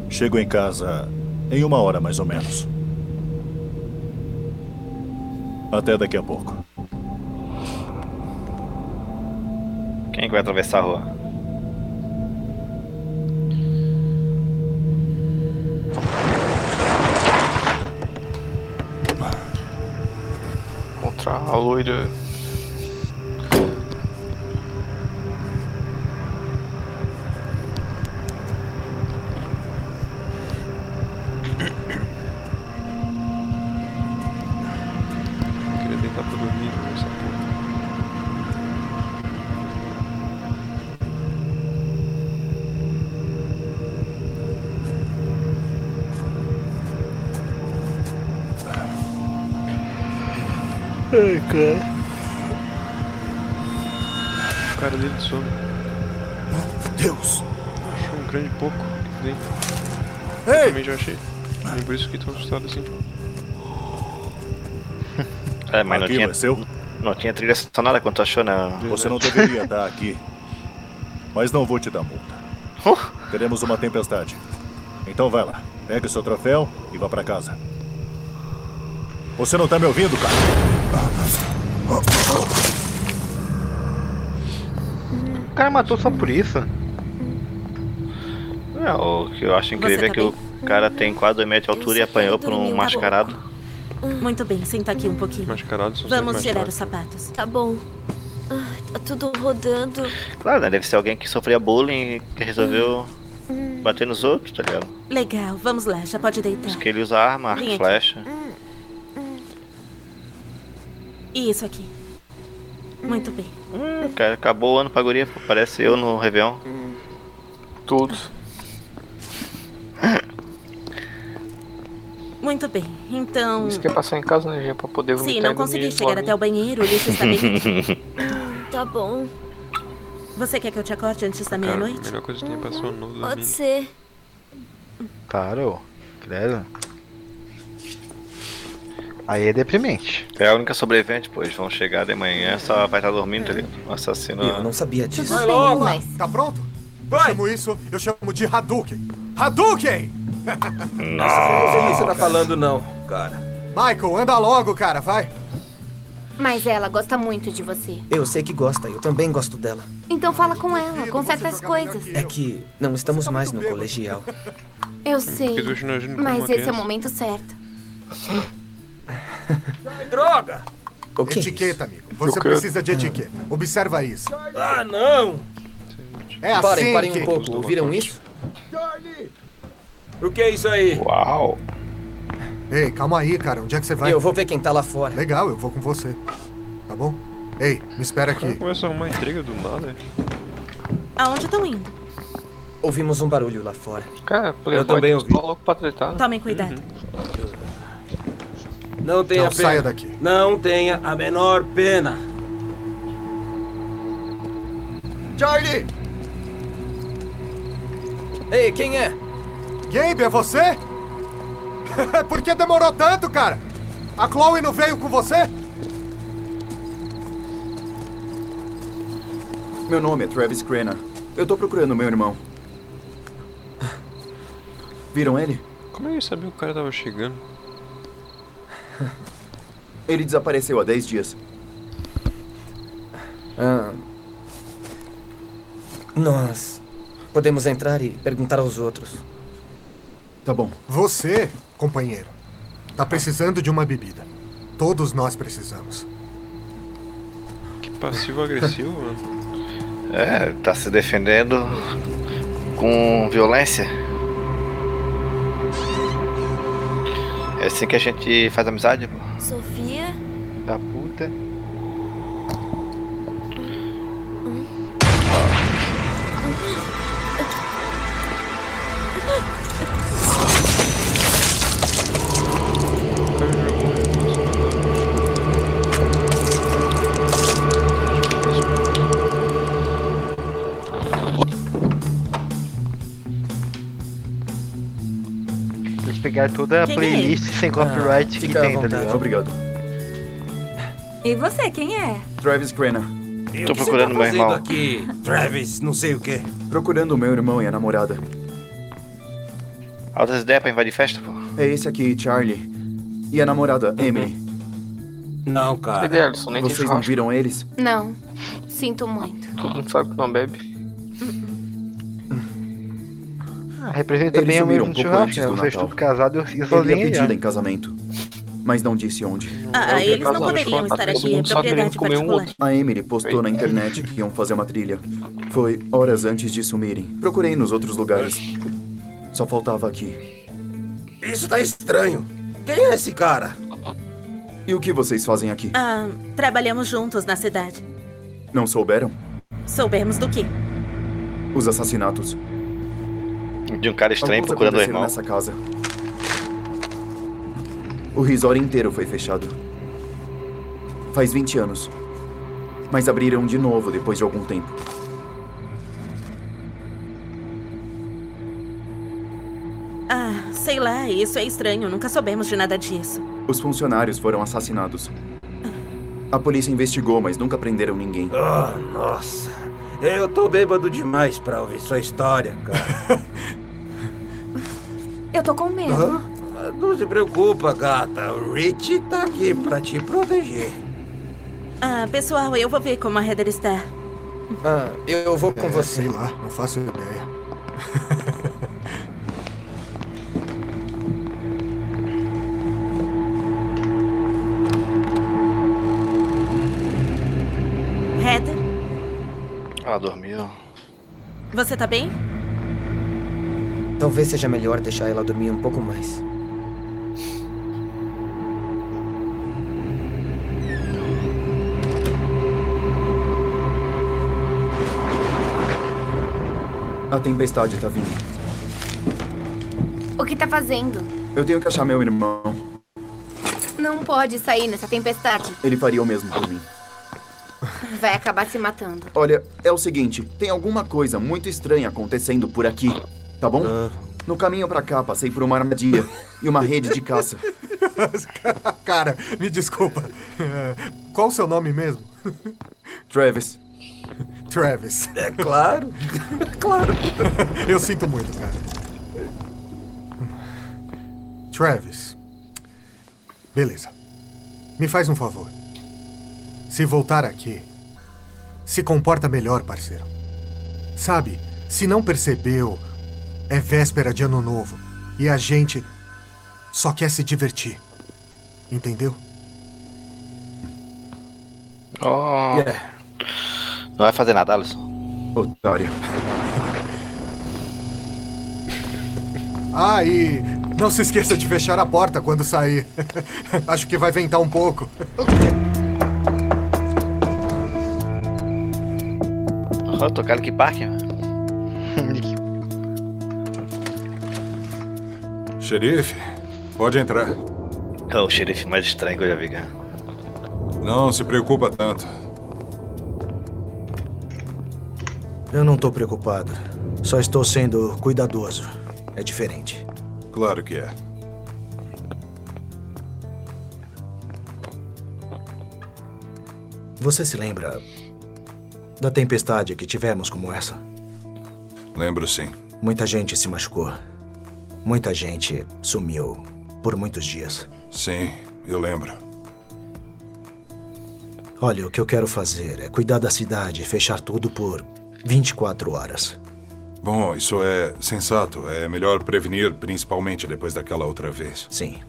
R: e chego em casa em uma hora mais ou menos. Até É daqui a pouco.
H: Quem é que vai atravessar a rua?
F: Contra a loira.
A: Queria deitar pra dormir nessa porra.
R: Ai, cara.
A: O cara dele de sono.
R: Deus!
A: Achou um grande pouco aqui dentro. Eu
R: Ei!
A: também já achei. Nem por isso que tô assustado assim.
H: É, mas não
R: Aqui,
H: tinha.
R: mas seu?
H: Não tinha trilha sonora quando tu achou na.
R: Você não deveria estar aqui. Mas não vou te dar multa. Teremos uma tempestade. Então vai lá. Pega seu troféu e vá pra casa. Você não tá me ouvindo, cara?
G: O cara matou só por isso.
H: É, o que eu acho incrível é que o cara tem quase 2 metros de altura e apanhou por um
J: dormiu,
H: mascarado.
J: Muito bem, senta aqui um pouquinho.
A: Mascarado são
J: Vamos
H: mais
J: gerar
H: fortes.
J: os sapatos.
P: Tá bom. Ah, tá tudo rodando.
H: Claro, né? Deve ser alguém que sofria bullying e que resolveu bater nos outros, tá ligado?
J: Legal, vamos lá, já pode deitar.
H: Porque ele usa arma,
J: Vem aqui.
H: arco, flecha.
J: E isso aqui. Muito bem.
H: O Cara, acabou o ano pra guria, pô. parece eu no Réveillon.
F: Tudo.
J: Muito bem, então.
F: Isso quer passar em casa, né, Gê, pra poder vomitar.
J: Se não conseguir chegar até o banheiro, o lixo está bem. tá bom. Você quer que eu te acorde antes da
A: Cara, a
J: meia-noite?
A: melhor coisa que tem é passar o novo
P: Pode
A: dormindo.
P: ser.
G: Claro, credo. Aí é deprimente.
H: É a única sobrevivente, pois vão chegar de manhã, só vai estar dormindo ali. O assassino.
S: Eu não sabia disso.
N: Vai logo! Tá pronto? Eu chamo isso, eu chamo de Hadouken. Hadouken! é
O: Não sei o que você tá falando, não, cara.
N: Michael, anda logo, cara, vai.
M: Mas ela gosta muito de você.
S: Eu sei que gosta, eu também gosto dela.
M: Então fala com ela, confessa as coisas.
S: É que não estamos mais no colegial.
M: Eu sei.
S: Porque tu continua agindo como
M: Mas
S: uma
M: esse é o
S: criança.
M: momento certo.
O: Droga!
S: O que?
N: Etiqueta, amigo. Você
S: Eu quero-
N: precisa de etiqueta. Observa isso.
O: Ah, não!
N: É assim
S: Parem, parem
N: que-
S: um pouco. Ouviram isso?
O: O que é isso aí?
H: Uau!
N: Ei, calma aí, cara. Onde é que você vai?
S: Eu vou ver quem tá lá fora.
N: Legal, eu vou com você. Tá bom? Ei, me espera aqui.
A: Começa a arrumar intriga do né? nada.
J: Aonde estão indo?
S: Ouvimos um barulho lá fora.
F: Cara,
O: Eu também ouvi.
F: Coloco pra tretar.
I: Tá.
J: Tomem cuidado.
O: Não tenha pena.
N: Não, Então saia daqui.
O: Não tenha a menor pena.
N: Charlie!
S: Ei, quem é?
N: Gabe, é você? <laughs> Por que demorou tanto, cara? A Chloe não veio com você?
K: Meu nome é Travis Craner. Eu tô procurando meu irmão. Viram ele?
A: Como é que eu sabia que o cara tava chegando?
K: Ele desapareceu há 10 dias.
S: Ah. Nós podemos entrar e perguntar aos outros.
K: Tá bom.
N: Você, companheiro, tá precisando de uma bebida. Todos nós precisamos.
A: Que passivo-agressivo, Tipo
L: <laughs>
A: mano.
H: É, tá se defendendo com violência. É assim que a gente faz amizade, pô.
P: Sofia?
H: Da puta.
G: Eles pegaram toda a
I: Quem é
G: playlist
I: ele?
G: sem copyright que
K: Ah, Fica à
G: tem, tá
K: vontade.
G: ligado?
K: Obrigado.
I: E você, quem é?
K: Travis Craner.
H: Eu Tô procurando meu irmão.
K: aqui, Travis, não sei o quê. Procurando o meu irmão e a namorada.
H: Altas ideias pra invadir festa, pô.
K: É esse aqui, Charlie. E a namorada, Emily.
O: Não,
K: Ah,
O: cara.
F: Ederson, nem tem
K: Vocês não
F: churrasco.
K: viram eles?
M: Não, sinto muito.
F: Todo mundo sabe que <laughs> não bebe.
G: Ah, representa
K: Eles
G: bem o
K: sumiram
G: mesmo
K: um pouco
G: churrasco,
K: antes
G: né?
K: do
G: Vocês
K: Natal.
G: tudo casados e eu
K: Ele
G: sozinho.
K: ia
G: já.
K: pedida em casamento, mas não disse onde. É
J: Ah, eles não poderiam estar aqui, é propriedade particular.
K: A Emily postou na internet que iam fazer uma trilha. Foi horas antes de sumirem. Procurei nos outros lugares. Só faltava aqui.
O: Isso tá estranho. Quem é esse cara?
K: E o que vocês fazem aqui?
J: Ah, trabalhamos juntos na cidade.
K: Não souberam?
J: Soubermos do quê?
K: Os assassinatos.
H: De um cara estranho
K: Alguns
H: procurando o
K: aconteceram
H: irmão.
K: nessa casa. O resort inteiro foi fechado. Faz 20 anos. Mas abriram de novo depois de algum tempo.
J: Ah, sei lá, isso é estranho, nunca soubemos de nada disso.
K: Os funcionários foram assassinados. A polícia investigou, mas nunca prenderam ninguém.
O: Ah, nossa. Eu tô bêbado demais pra ouvir sua história, cara.
M: Eu tô com medo.
O: Não se preocupa, gata. O Rich tá aqui pra te proteger.
J: Ah, pessoal, eu vou ver como a Heather está.
S: Ah, eu vou com
N: É,
S: você.
N: Sei lá, não faço ideia.
J: Heather,
H: Ela dormiu.
J: você tá bem?
S: Talvez seja melhor deixar ela dormir um pouco mais.
K: A tempestade tá vindo.
M: O que tá fazendo?
K: Eu tenho que achar meu irmão.
M: pode sair nessa tempestade.
K: Ele faria o mesmo por mim.
M: Vai acabar se matando.
K: Olha, é o seguinte, tem alguma coisa muito estranha acontecendo por aqui, tá bom?
A: Ah.
K: No caminho pra cá, passei por uma armadilha e uma rede de caça.
N: Cara, me desculpa. <laughs> É, Qual o seu nome mesmo?
K: Travis.
N: Travis. É claro. claro. <laughs> Eu sinto muito, cara. Travis. Beleza. Me faz um favor. Se voltar aqui, se comporta melhor, parceiro. Sabe, se não percebeu, é véspera de ano novo e a gente só quer se divertir. Entendeu?
H: Oh. Não vai fazer nada, Alisson.
K: Otário.
N: Ah, e não se esqueça de fechar a porta quando sair. <laughs> Acho que vai ventar um pouco.
H: Oh, tocar Linkin Park, mano.
L: Xerife, pode entrar.
H: É o xerife mais estranho que eu já vi, cara.
L: Não se preocupa tanto.
Q: Eu não tô preocupado. Só estou sendo cuidadoso. É diferente.
L: Claro que é.
Q: Você se lembra da tempestade que tivemos como essa?
L: Lembro sim.
Q: Muita gente se machucou. Muita gente sumiu por muitos dias.
L: Sim, eu lembro.
Q: Olha, o que eu quero fazer é cuidar da cidade e fechar tudo por 24 horas.
L: Bom, isso é sensato. É melhor prevenir, principalmente depois daquela outra vez.
Q: Sim.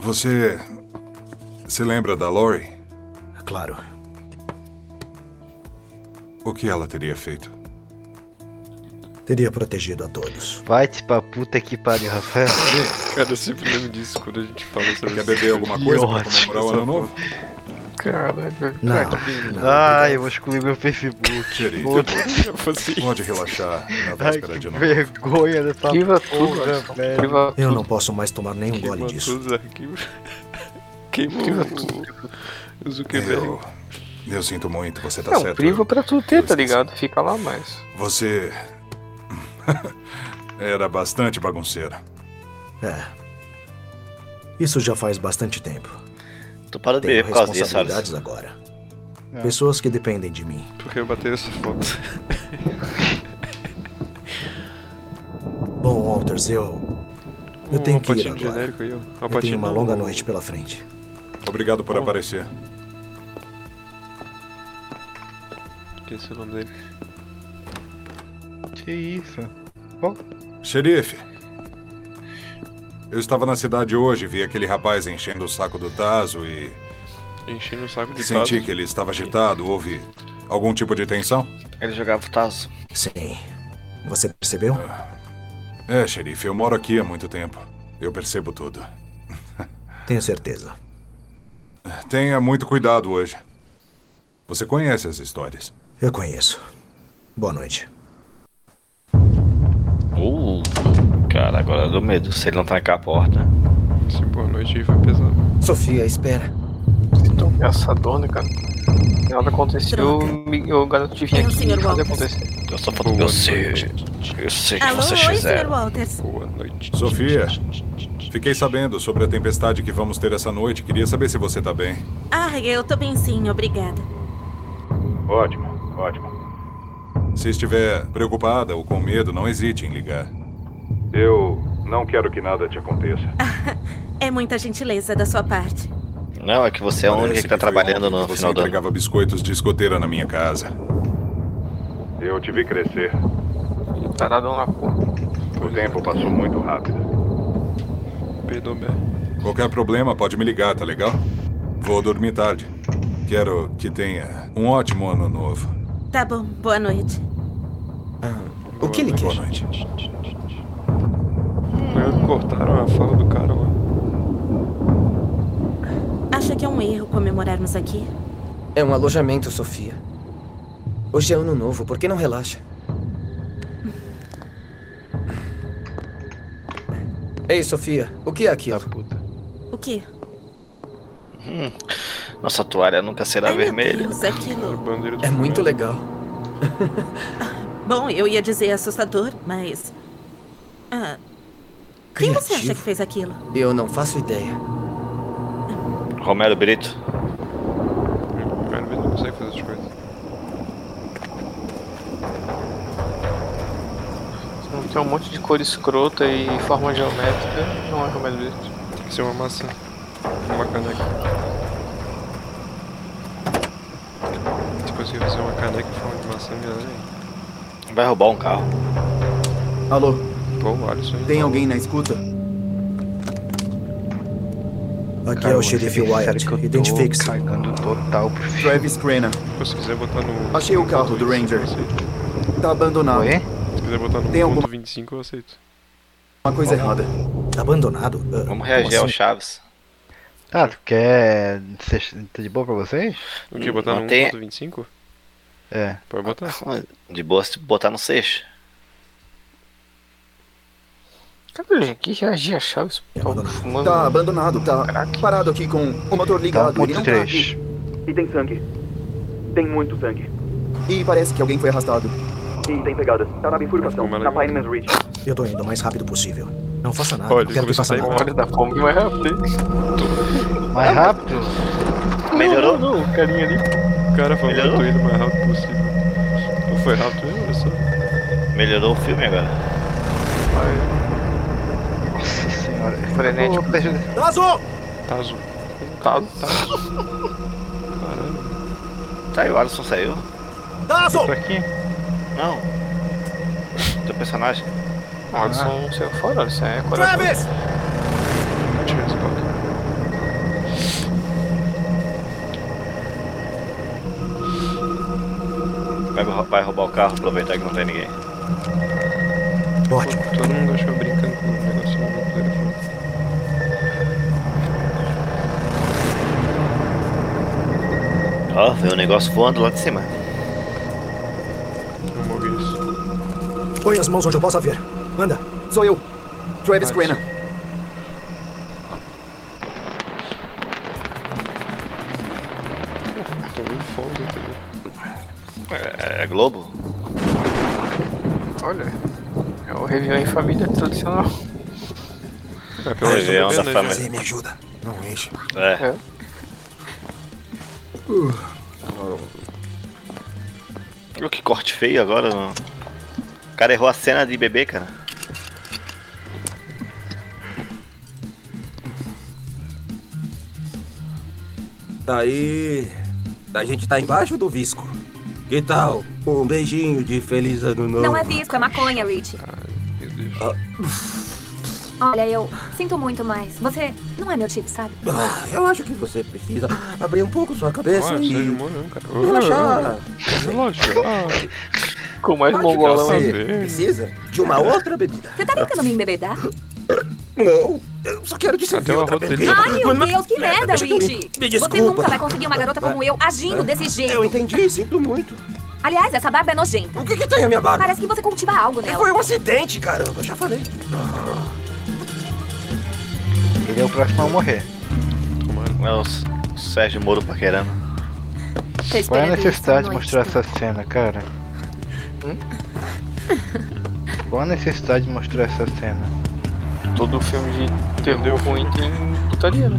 L: Você se lembra da Lori?
Q: Claro.
L: O que ela teria feito?
Q: Teria protegido a todos.
G: Vai-te pra puta que pariu, Rafael.
A: Cara, eu sempre lembro disso quando a gente fala sobre
L: Quer beber alguma
G: Que
L: coisa pra
G: ótimo,
L: comemorar o ano novo?
G: Caraca,
Q: Não,
G: cara.
Q: não.
G: Ai, eu vou excluir meu Facebook. Puta.
L: Pode relaxar na
G: Ai,
L: véspera de
G: que
L: ano.
G: vergonha dessa
F: Arquiva tudo,
K: né?
G: porra,
F: Alisson.
G: velho.
F: Arquiva
Q: Eu não posso mais tomar nenhum gole disso.
A: todos
L: <laughs>
A: os arquivos. Queimou o, o Zuckerberg.
L: Eu, eu sinto muito, você tá
F: Não,
L: certo.
F: priva É um pra tu ter, tá ligado? Fica lá mais.
L: Você. <laughs> Era bastante bagunceira.
Q: É. Isso já faz bastante tempo.
H: Tu para de
Q: Tenho
H: beber por causa disso,
Q: responsabilidades
H: Alisson.
Q: agora.
G: É.
Q: Pessoas que dependem de mim.
A: Porque eu bati essa foto.
Q: Bom, Walters, eu. Eu
G: Hum,
A: Um
Q: tenho que ir
A: Alpatino
Q: agora.
A: genérico aí, ó.
Q: Eu tenho
A: Alpatino
Q: uma longa
A: no-
Q: noite pela frente.
L: Obrigado por aparecer.
A: Esqueci o nome dele.
G: Que isso?
L: Xerife! Eu estava na cidade hoje, vi aquele rapaz enchendo o saco do Tazo e
A: Enchendo o saco de
L: senti
A: tazo.
L: que ele estava agitado. Houve algum tipo de tensão?
H: Ele jogava o Tazo.
Q: Sim. Você percebeu?
L: É, xerife, eu moro aqui há muito tempo. Eu percebo tudo.
Q: Tenho certeza.
L: Tenha muito cuidado hoje. Você conhece as histórias.
Q: Eu conheço. Boa noite.
H: Uh, cara, agora eu dou medo. Se ele não trancar a porta.
A: Se boa noite aí foi pesado.
S: Sofia, espera.
F: Então, engraçador, né, cara? Nada aconteceu, me- o garoto te vinha
J: É o
F: aqui
J: Sr.
F: nada
J: Walters.
F: aconteceu. um
H: Eu só falo eu sei. Eu sei que
J: Alô,
H: vocês
J: oi, Sr.
H: fizeram.
J: Walters.
A: Boa noite.
L: Sofia, fiquei sabendo sobre a tempestade que vamos ter essa noite. Queria saber se você tá bem.
J: Ah, eu tô bem sim, obrigada.
L: Ótimo, ótimo. Se estiver preocupada ou com medo, não hesite em ligar. Eu não quero que nada te aconteça.
J: É muita gentileza da sua parte.
H: Não, é que você é a única que tá trabalhando no
L: Você
H: final do ano.
L: entregava biscoitos de escoteira na minha casa. Eu te vi crescer. Tá
F: Taradão na porra.
L: O tempo passou muito rápido.
A: Perdoa, Bé.
L: Qualquer problema, pode me ligar, tá legal? Vou dormir tarde. Quero que tenha um ótimo ano novo.
J: Tá bom, boa noite.
L: É O que ele quer? Boa noite.
A: Cortaram a fala do cara lá.
J: Acha que é um erro comemorarmos aqui?
S: É um alojamento, Sofia. Hoje é ano novo, por que não relaxa? Ei, Sofia, o que é aquilo?
J: O quê?
H: Hum, nossa toalha nunca será
J: Ai, meu
H: vermelha.
J: Deus, aquilo.
S: É muito legal.
J: Bom, eu ia dizer assustador, mas. Ah, quem você acha
S: Criativo.
J: que fez aquilo?
S: Eu não faço ideia.
H: Romero Brito.
A: Primeira vez não consegue fazer as coisas.
F: Tem um monte de cor escrota e forma geométrica. Não é como é verde.
A: Tem que ser uma maçã. Uma caneca. Se conseguir Tipo assim, fazer uma caneca em forma de maçã, beleza aí.
H: Vai roubar um carro.
K: Alô?
A: Bom, Alisson.
K: Tem alguém na escuta?
S: Aqui é o xerife Wyatt. Identifique-se.
G: total
K: Travis Crenna.
A: Se quiser botar no.
K: Achei o carro do Ranger. Tá abandonado.
G: Oi?
A: Se quiser botar no
K: Tem
A: ponto
K: alguma-
A: 25, eu aceito.
K: Uma coisa errada.
S: Tá abandonado?
Q: Ah,
H: Vamos reagir
Q: assim?
H: ao Chaves.
A: assim?
G: Ah, tu quer. Cê... Tá de boa pra vocês?
A: O que? Botar no um?
H: Mantém-
A: ponto 25?
G: É.
A: Pode botar.
H: Ah, De boa se botar no seixo.
F: Cadê que reagir a chaves? Alguém fumando.
K: Tá abandonado, tá parado aqui com o motor ligado.
F: ponto
K: Ele não tá
F: três.
K: aqui. E tem sangue. Tem muito sangue. E parece que alguém foi arrastado. E tem pegada. Tá na bifurcação, na
A: é
K: Pineman's Ridge.
Q: Eu tô indo o mais rápido possível. Não faça nada,
F: Olha,
Q: não quero que faça
G: é
F: a
G: um
F: hora
Q: nada.
F: da Kombi
K: né?
F: mais rápido.
G: Mais rápido?
H: Melhorou?
A: Não, não, o carinha ali. O cara falou que eu tô indo o mais rápido possível. Não foi rápido mesmo, olha só.
H: Melhorou o filme agora.
G: Nossa senhora, é frenético.
S: Tá azul!
A: Tá azul.
F: Tá
A: Caralho.
H: Tá, e o Alisson saiu?
S: Tá azul!
F: aqui?
H: Não. Teu personagem? Ah.
F: O Alisson saiu fora, o Alisson é corajoso.
S: Travis!
A: Tira esse papo.
H: Vai, rou- vai roubar o carro, aproveitar que não tem ninguém.
Q: Ótimo.
A: Todo mundo achou brincando com o negócio do telefone.
H: Ó, veio um negócio voando lá de cima.
A: Eu morri isso.
Q: Põe as mãos onde eu possa ver. Anda.
K: Sou eu, Travis Crenna.
A: Tô muito foda, entendeu?
H: É, é Globo?
F: Olha, é o Réveillon em família tradicional.
A: É,
H: pelo menos Réveillon
F: tô bebendo,
H: da
F: né,
H: família.
F: gente?
Q: Me ajuda. Não enche.
H: É. Viu que corte feio agora? não? O cara errou a cena de bebê, cara.
O: Daí. A gente tá embaixo do visco. Que tal? Um beijinho de feliz ano novo.
U: Não é visco, é maconha, Rich. Olha, eu sinto muito, mas você não é meu tipo, sabe?
O: Ah, eu acho que você precisa abrir um pouco sua cabeça
A: Ah,
O: e.
A: Sérgio Moro não, cara.
O: Relaxar.
A: Lógico.
F: Com mais
O: Acho que
F: mongolão
O: você
F: ainda.
O: Precisa de uma outra bebida.
U: Você tá tentando me embebedar?
O: Não, eu só quero te servir outra bebida.
U: Ai, meu
O: Mas-
U: Deus, que merda,
O: deixa eu me-
U: Rich!
O: Me
U: Você
O: desculpa. É.
U: nunca vai conseguir uma garota como eu agindo desse jeito.
O: Eu entendi, sinto muito.
U: Aliás, essa barba é nojenta.
O: O que, que tem a minha barba?
U: Parece que você cultiva algo nela.
O: Foi um acidente, caramba, já falei.
G: Ele é o próximo a morrer.
H: É o S- Sérgio Moro paquerando.
G: Qual é a necessidade de mostrar essa cena, cara?
F: Hum?
G: Qual a necessidade de mostrar essa cena?
F: Todo filme de terror ruim tem putaria, né?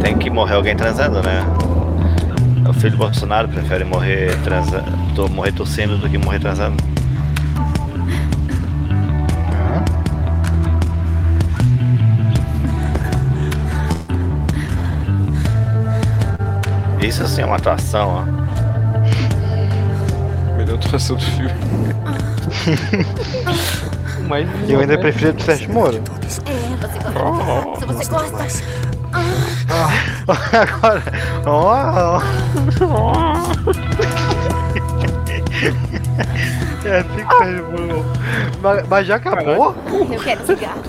H: Tem que morrer alguém transando, né? É O filho do Bolsonaro prefere morrer transa... to- morrer tossindo do que morrer transando. Isso assim é uma atuação, ó.
A: Melhor atuação do filme.
F: Mas
G: Eu ainda prefiro a do Sérgio Moro.
U: É,
A: Oh.
U: você gosta. Se você gosta.
G: <laughs>
M: Ah,
G: Agora. oh.
F: <laughs>
G: Ó, ó. É assim que Sérgio Moro. Mas, mas já acabou?
U: Eu quero um cigarro.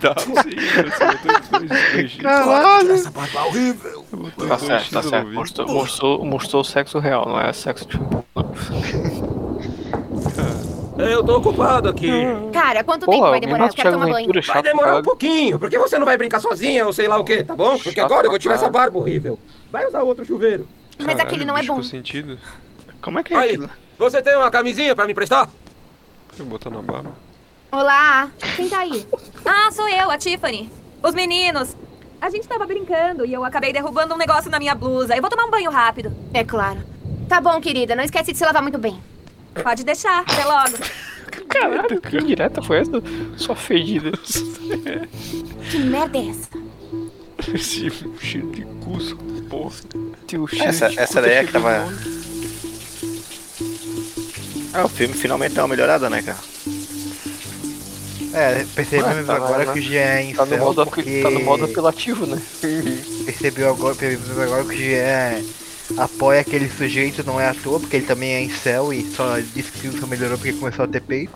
A: Tá, sim, cara. Você botou dois, dois dias.
G: Caralho! Essa
O: barba horrível!
A: Botou
F: Tá
A: dois
F: certo, tá
A: dias no
F: certo.
A: ouvido.
F: Mostrou, mostrou, mostrou o sexo real, não é sexo de
O: Eu tô ocupado aqui.
M: Cara, quanto
O: Porra,
M: tempo vai
O: alguém
M: demorar? Eu
O: bate
M: quero
O: Thiago
M: tomar banho.
O: Ventura, Vai demorar um pouquinho, porque você não vai brincar sozinha ou sei lá o que, tá bom? Porque agora eu vou tirar essa barba horrível. Vai usar outro chuveiro.
M: Mas aquele não é bom.
A: sentido? <laughs>
H: Como é que
O: é Aí, você tem uma camisinha pra me emprestar?
A: Eu botar na barba.
M: Olá, quem tá aí?
U: Ah, sou eu, a Tiffany. Os meninos. A gente tava brincando e eu acabei derrubando um negócio na minha blusa. Eu vou tomar um banho rápido.
M: É claro. Tá bom, querida, não esquece de se lavar muito bem.
U: Pode deixar, até logo.
F: Caralho, que indireta foi essa? Sua fedida.
M: Que merda é essa?
A: Esse cheiro de cusco, porra.
F: Teu
H: Essa, essa daí é que tava. Ah, o filme finalmente deu uma melhorada, né, cara? <laughs>
G: É, percebemos
F: Ah, tá,
G: agora
F: né?
G: que o Jean é
F: Tá no
G: incel
F: modo apel-
G: porque...
F: tá no modo apelativo, né?
G: <laughs> Percebeu agora, percebemos agora que o Jean apoia aquele sujeito, não é à toa, porque ele também é incel e só disse que só melhorou porque começou a ter peito.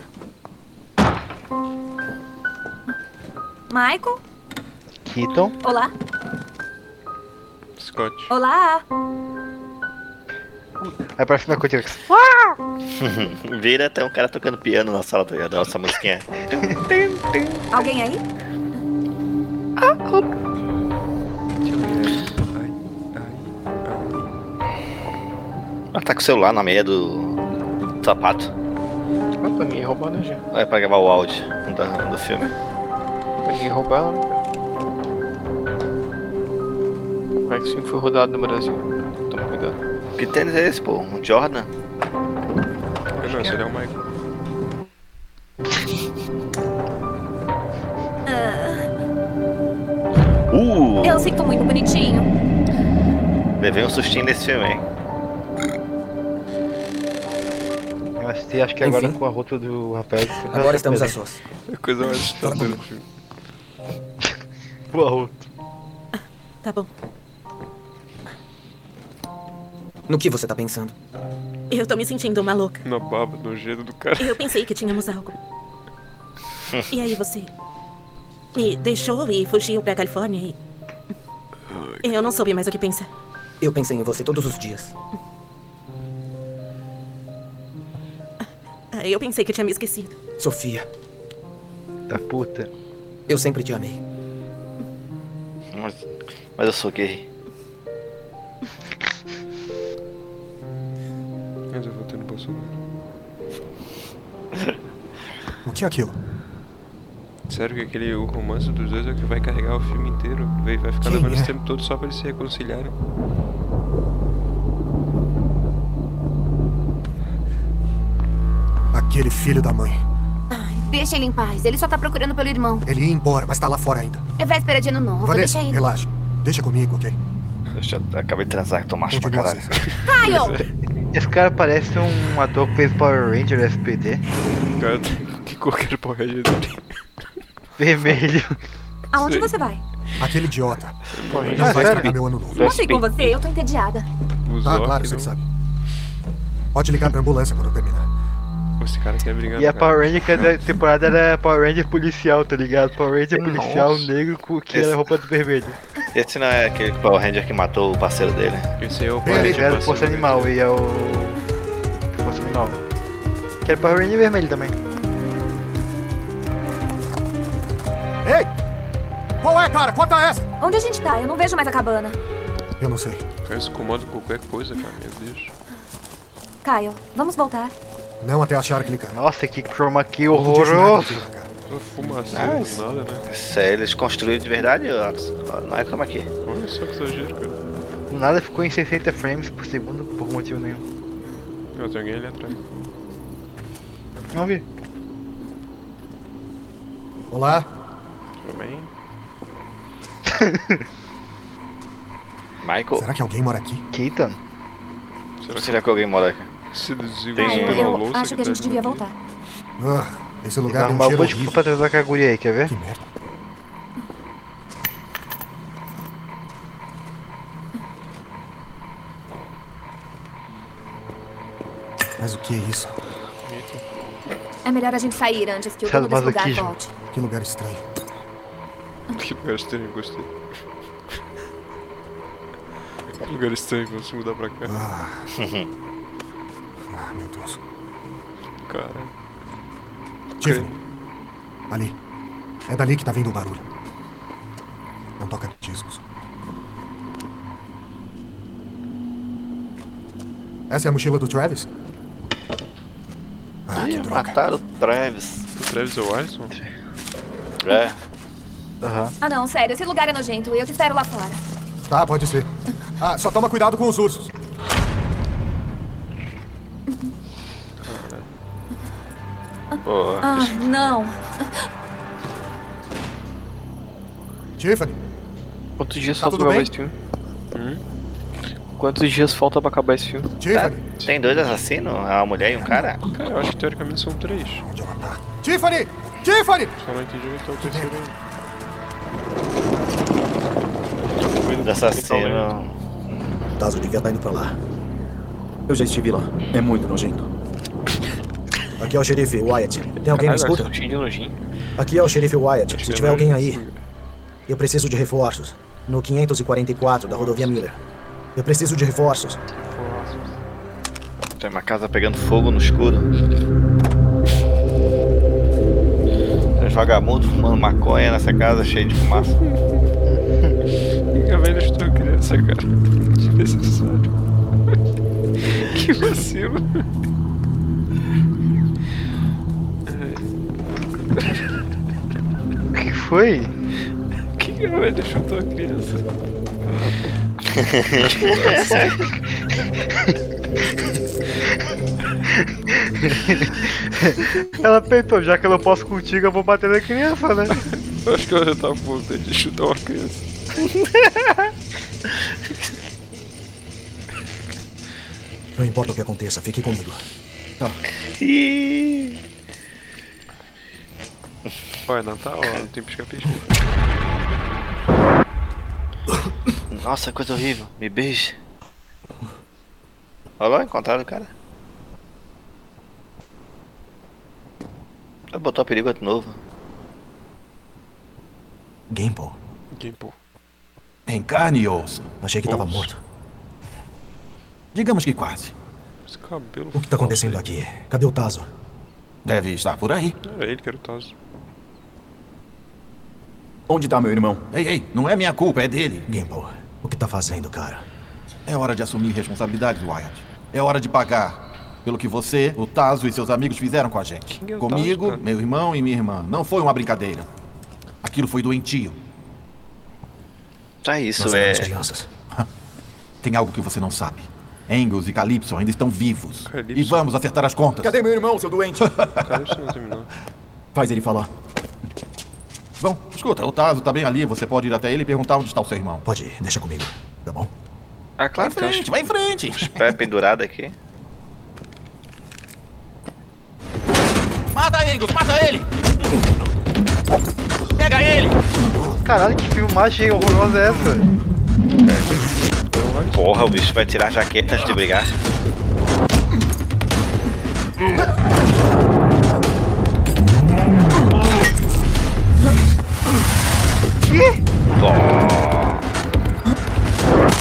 U: Michael?
G: Keaton.
U: Olá.
A: Scott.
U: Olá.
G: Aí pra cima com o T-Rex.
H: Vira até um cara tocando piano na sala, tá ligado? Nossa musiquinha.
U: Alguém aí?
H: Ela tá com o celular na meia do, do sapato.
G: tá
F: Pra ninguém roubar, né, gente?
H: É pra gravar o áudio do, do filme.
G: Tá
F: Pra ninguém roubar. Como é que o filme foi rodado no Brasil? Toma cuidado.
H: Que tênis é esse, pô? Um Jordan?
A: não, esse é o Michael.
H: Uh!
U: Eu sinto muito bonitinho.
H: Levei um sustinho nesse filme, hein?
G: Eu assisti, acho que agora
H: Enfim.
G: com a roupa do rapaz.
S: Agora estamos a sós.
A: É Coisa mais assustadora do filme.
G: <laughs> Boa roupa.
J: Tá bom.
S: No que você tá pensando?
J: Eu tô me sentindo uma louca.
A: Na barba, no jeito do cara.
J: Eu pensei que tínhamos algo. E aí você me deixou e fugiu pra Califórnia e... Eu não soube mais o que pensar.
S: Eu pensei em você todos os dias.
J: Ah, Eu pensei que tinha me esquecido.
S: Sofia.
G: Da puta.
S: Eu sempre te amei.
H: Mas, mas eu sou gay.
A: Mas eu votei no Bolsonaro.
N: O que é aquilo?
A: Sério que aquele o romance dos dois é o que vai carregar o filme inteiro. Vai, vai ficar
N: Quem
A: levando esse
N: é?
A: tempo todo só pra eles se reconciliarem.
N: Aquele filho da mãe.
M: Deixa ele em paz, ele só tá procurando pelo irmão.
N: Ele ia embora, mas tá lá fora ainda.
M: É véspera de ano novo,
N: Vanessa,
M: deixa ele.
N: relaxa. Deixa comigo, ok? assim.
H: Eu já acabei de transar que tô macho pra caralho.
M: Kyle!
G: Esse cara parece um ator que fez Power Ranger SPD.
A: Cara, que cor que era o Power Ranger
G: Vermelho.
U: Aonde
G: Sei.
U: você vai?
N: Aquele idiota.
A: Power
N: Não
A: Ranger.
N: vai estragar meu ano novo.
U: Não sei com você, eu tô entediada.
N: Ah, claro, você que sabe. Pode ligar pra ambulância quando eu terminar.
A: Esse cara quer brigar
G: E a Power Ranger que
A: <laughs>
G: a temporada era Power Ranger policial, tá ligado? Power Ranger policial negro com que era roupa do vermelho.
H: Esse não é aquele Power Ranger que matou o parceiro dele.
A: Esse é o
G: Ele era o Força Animal e é o. Força Animal. Que era Power Ranger vermelho também.
N: Ei! Qual é, cara? Quanto é essa?
U: Onde a gente tá? Eu não vejo mais a cabana.
N: Eu não sei.
A: O cara se incomoda com qualquer coisa, cara. Meu Deus.
U: Caio, vamos voltar.
N: Não até achar aquele cara.
G: Nossa, que chroma key horroroso!
N: né,
A: Uma fumaça
H: Ah,
A: do nada, né?
H: Isso aí, eles construíram de verdade, ó, ó, não é como aqui.
A: Olha só que exagero, cara.
G: Do nada ficou em 60 frames por segundo por motivo nenhum.
A: Ó, tem alguém ali atrás.
G: Não vi.
N: Olá?
A: Tudo bem?
H: Michael,
N: Será que alguém mora aqui?
G: Keaton?
H: será, que alguém mora aqui?
A: Seduziu
H: Tem
U: Caio,
H: uma
U: eu
H: louça
U: acho que a
H: tá
U: gente devia voltar.
N: Ah, esse
G: Ele
N: lugar tem um
G: arrumar
N: cheiro
G: alguma desculpa pra transar com a guria aí, quer ver? Que
N: merda. Mas o que é isso?
M: É melhor a gente sair antes
N: é
M: que o dono desse lugar
A: Sadomasoquismo.
M: volte.
N: Que lugar estranho.
A: Que lugar estranho, gostei. Que lugar estranho, vamos se mudar pra cá.
N: Ah, meu Ah, Deus.
A: Cara.
N: Tiffany. Ali. É dali que tá vindo o barulho. Não toca discos. Essa é a mochila do Travis?
H: Ah, Ih, mataram o Travis.
A: O Travis Wilson?
H: É.
N: Aham.
U: Ah, não, sério, esse lugar é nojento. Eu te espero lá fora.
N: Tá, pode ser. Ah, só toma cuidado com os ursos. Tá.
U: Ah, não.
N: Tiffany,
G: Quantos dias
N: Tá
G: falta
N: tudo
G: pra acabar
N: bem?
G: esse filme?
F: Hum?
G: Hum? Quantos dias falta pra acabar esse filme?
H: Tem dois assassinos? Uma mulher e um cara?
A: Cara, eu acho que teoricamente são três.
N: tá? Tiffany! Tiffany!
A: Só não entendi onde tá o terceiro.
H: Assassino.
K: Tazo devia estar indo pra lá. Eu já estive lá. É muito nojento.
Q: Aqui é o xerife Wyatt. Tem alguém me escuta?
G: Cheio
F: um
G: de nojinho.
Q: Aqui é o xerife Wyatt. Se
G: que
Q: tiver
G: não.
Q: alguém aí, eu preciso de reforços. No 544 da rodovia Miller. Eu preciso de reforços.
H: Tem uma casa pegando fogo no escuro. Tem uns vagabundos fumando maconha nessa casa cheia de fumaça.
A: Eu ainda estou criança, cara. Desnecessário. que
N: <laughs>
A: vacilo.
G: O que
N: <laughs>
G: foi?
A: Que galera chutou a criança?
G: Ela peitou, já que eu não posso contigo, eu vou bater na criança, né?
A: Eu acho que ela já tá puta de chutar uma criança.
Q: Não importa o que aconteça, fique comigo. Tá.
A: Olha, Natal, ó, não tem pisca-pisca.
H: Nossa, coisa horrível. Me beija. Olha lá, encontraram o cara. Vai botar o perigo de novo.
Q: Gamble.
A: Gamble.
Q: Em carne e osso. Achei que estava morto. Digamos que quase.
A: Esse cabelo.
Q: O que tá acontecendo aqui? Cadê o Tazo?
V: Deve estar por aí.
A: Era É ele que era o Tazo.
V: Onde tá meu irmão? Ei, ei, não é minha culpa, é dele.
Q: Gamble, o que tá fazendo, cara?
V: É hora de assumir responsabilidades, Wyatt. É hora de pagar pelo que você, o Tazo e seus amigos fizeram com a gente.
A: é o Tazo,
V: Comigo,
A: cara?
V: meu irmão e minha irmã. Não foi uma brincadeira. Aquilo foi doentio.
H: Tá isso, Nós é- éramos
V: Tem algo que você não sabe. Engels e Calypso ainda estão vivos. E vamos acertar as contas.
K: Tá Cadê meu irmão,
A: <laughs>
K: seu doente?
A: Calypso não terminou.
V: Faz ele falar. Bom, escuta, o Tazo tá bem ali. Você pode ir até ele e perguntar onde está o seu irmão.
Q: Pode ir, deixa comigo. Tá bom?
H: Ah, claro
V: Vai em frente, vai em frente.
H: Pé pendurado aqui.
V: Mata Engels, mata ele! Pega ele!
G: Caralho, que filmagem horrorosa é essa?
H: Porra, o bicho vai tirar a jaqueta antes de brigar.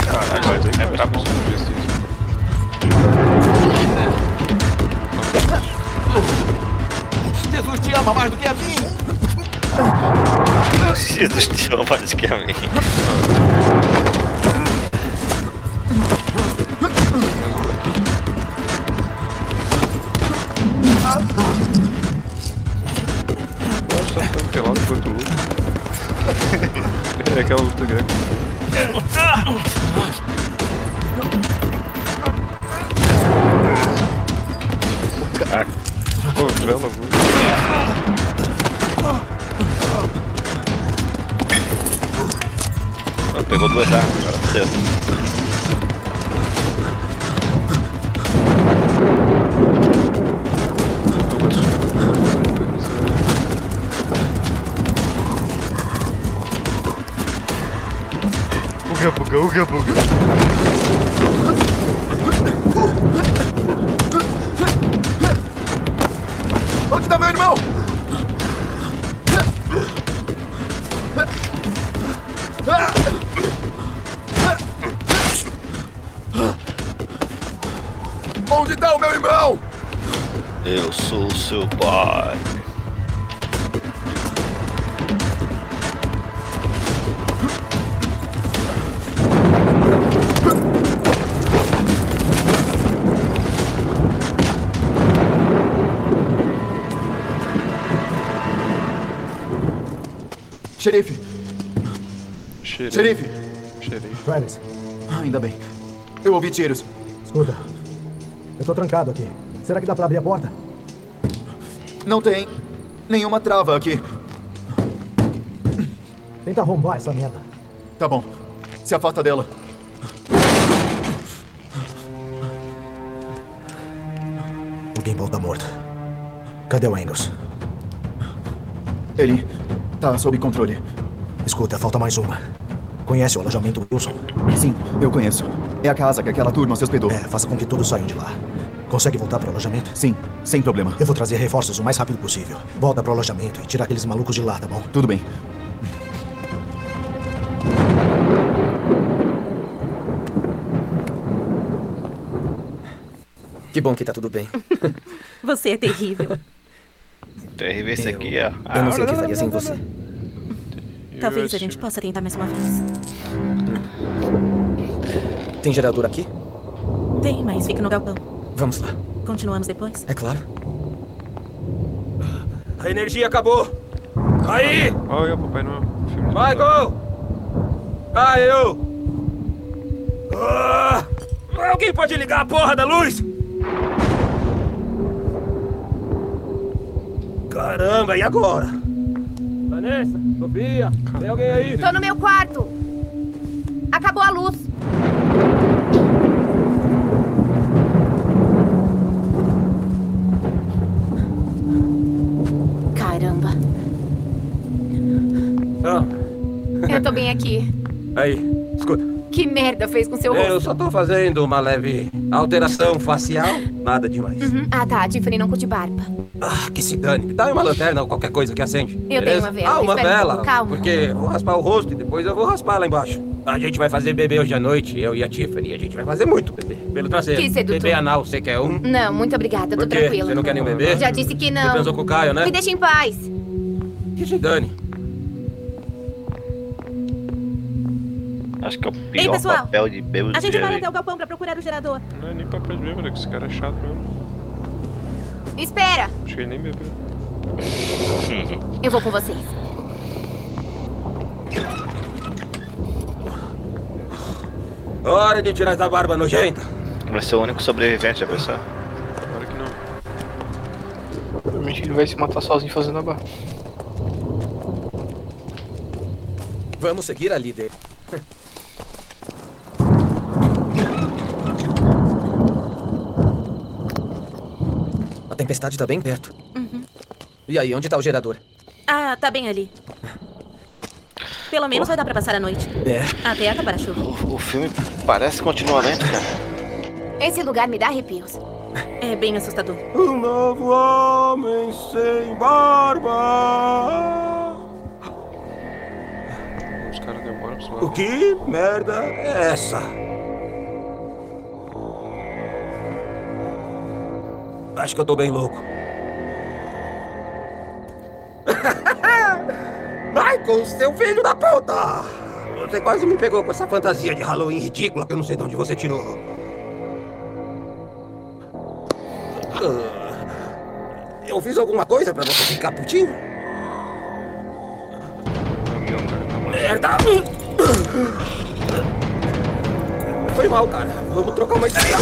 A: Caralho, vai ter que entrar pra
V: Jesus te ama mais do que a mim!
H: Jesus te ama mais que a mim.
A: Nossa, tá tão pelado quanto o outro. É aquela luta grega.
H: Caraca.
A: Pô, bela luta.
H: Ah, Pegou duas armas, agora fudeu.
G: Uga, buga, uga, buga.
V: Onde tá meu irmão? Onde tá o meu irmão?
H: Eu sou seu pai.
K: Xerife!
A: Xerife.
K: Xerife!
A: Xerife.
K: Travis. Ainda bem. Eu ouvi tiros.
D: Escuta, eu tô trancado aqui. Será que dá pra abrir a porta?
K: Não tem nenhuma trava aqui.
D: Tenta arrombar essa merda.
K: Tá bom. Se afasta dela.
Q: Alguém volta morto. Cadê o Engels?
K: Ele tá sob controle.
Q: Escuta, falta mais uma. Conhece o alojamento Wilson?
K: Sim, eu conheço. É a casa que aquela turma se hospedou.
Q: É, faça com que todos saiam de lá. Consegue voltar pro alojamento?
K: Sim, sem problema.
Q: Eu vou trazer reforços o mais rápido possível. Volta pro alojamento e tira aqueles malucos de lá, tá bom?
K: Tudo bem.
S: Que bom que tá tudo bem.
J: Você é terrível.
H: Terrível esse aqui, ó.
S: <laughs> Eu não sei o que faria sem você.
J: Talvez a gente possa tentar mais uma vez.
S: Tem gerador aqui?
J: Tem, mas fica no galpão.
S: Vamos lá.
J: Continuamos depois?
S: É claro.
O: A energia acabou! Aí!
A: Olha o Papai Noel.
O: Michael! Ah, eu! Ah! Alguém pode ligar a porra da luz? Caramba, e agora? Vanessa, Sofia, tem alguém aí?
M: Tô no meu quarto. Acabou a luz.
J: Caramba.
M: Eu tô bem aqui.
O: Ah, Aí, escuta.
M: Que merda fez com seu
O: É, Eu
M: rosto?
O: só tô fazendo uma leve alteração facial, nada demais.
M: Uhum. Ah tá, a Tiffany não curte barba.
O: Ah, que se dane. Dá uma lanterna ou qualquer coisa que acende.
M: Eu
O: beleza?
M: tenho uma vela,
O: Ah, uma
M: espera um
O: vela.
M: pouco, calma.
O: Porque eu vou raspar o rosto e depois eu vou raspar lá embaixo. A gente vai fazer bebê hoje à noite, eu e a Tiffany. A gente vai fazer muito bebê. Pelo traseiro.
M: Que sedutor.
O: Bebê anal, você quer um?
M: Não, muito obrigada, tô
O: Por quê?
M: tranquila.
O: Você não quer nenhum bebê?
M: Já disse que
O: Você
M: não.
O: transou com o Caio, né?
M: Me deixa em paz.
O: Que se dane.
H: Acho que é o
J: Ei,
H: pior
J: pessoal.
H: papel de né? bêbado
J: A gente
H: que já
J: vai
H: vi.
J: até o galpão pra procurar o gerador.
A: Não é nem papel de bêbado, que esse cara é chato mesmo.
M: Espera,
A: Acho que ele nem
H: <laughs>
A: bebeu.
M: eu vou com vocês.
O: Hora de tirar essa barba nojenta.
H: Vai ser o único sobrevivente, já pensou?
A: Claro que não.
F: Provavelmente ele vai se matar sozinho fazendo a barra.
S: Vamos seguir a líder. A tempestade tá bem perto.
J: Uhum.
S: E aí, onde tá o gerador?
J: Ah, tá bem ali. Pelo menos vai dar pra passar a noite.
S: É.
J: Até acabar a chuva.
H: O filme parece continuar lento, cara.
M: Esse lugar me dá arrepios.
J: É bem assustador.
O: Um novo homem sem barba.
A: Os caras demoram pra
O: O que merda é essa? Acho que eu tô bem louco. <laughs> Michael, seu filho da puta! Você quase me pegou com essa fantasia de Halloween ridícula que eu não sei de onde você tirou. Ah, Eu fiz alguma coisa pra você ficar putinho? Merda! Foi mal, cara. Vamos trocar uma ideia.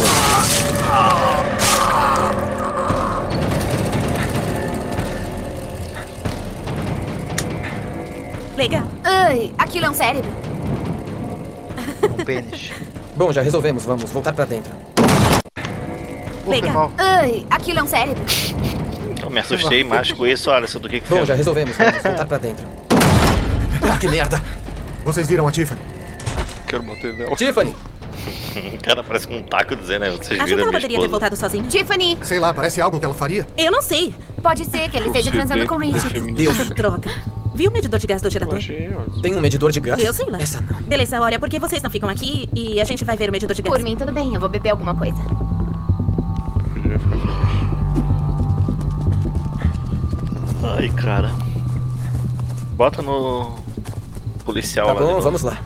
J: Legal.
M: Ai, aquilo é um cérebro.
S: Um pênis. Bom, já resolvemos. Vamos voltar pra dentro.
M: Legal. Ai, aquilo é um cérebro.
H: Eu me assustei mais com isso, olha só do que é. que
S: Bom,
H: foi.
S: já resolvemos. Vamos voltar pra
N: <laughs>
S: dentro. Ah, que merda!
N: Vocês viram a Tiffany?
A: Quero bater nela.
S: Tiffany!
H: O <laughs> cara parece com um taco dizendo, né? Vocês
J: Achou que
H: viram
J: ela
H: minha
J: poderia ter
H: esposa.
J: voltado sozinha?
M: Tiffany!
N: Sei lá, parece é algo que ela faria.
J: Eu não sei.
M: Pode ser que ele esteja
J: Você
M: transando
J: vê
M: com o
J: que
M: Richard.
S: Deus.
J: Droga. Viu o medidor de gás do gerador?
S: Tem um medidor de gás?
J: Eu sei lá. Beleza, olha, por que vocês não ficam aqui e a gente vai ver o medidor de gás?
M: Por mim, tudo bem, eu vou beber alguma coisa.
H: Ai, cara. Bota no policial
S: Tá
H: lá. de
S: bom,
H: novo.
S: vamos lá.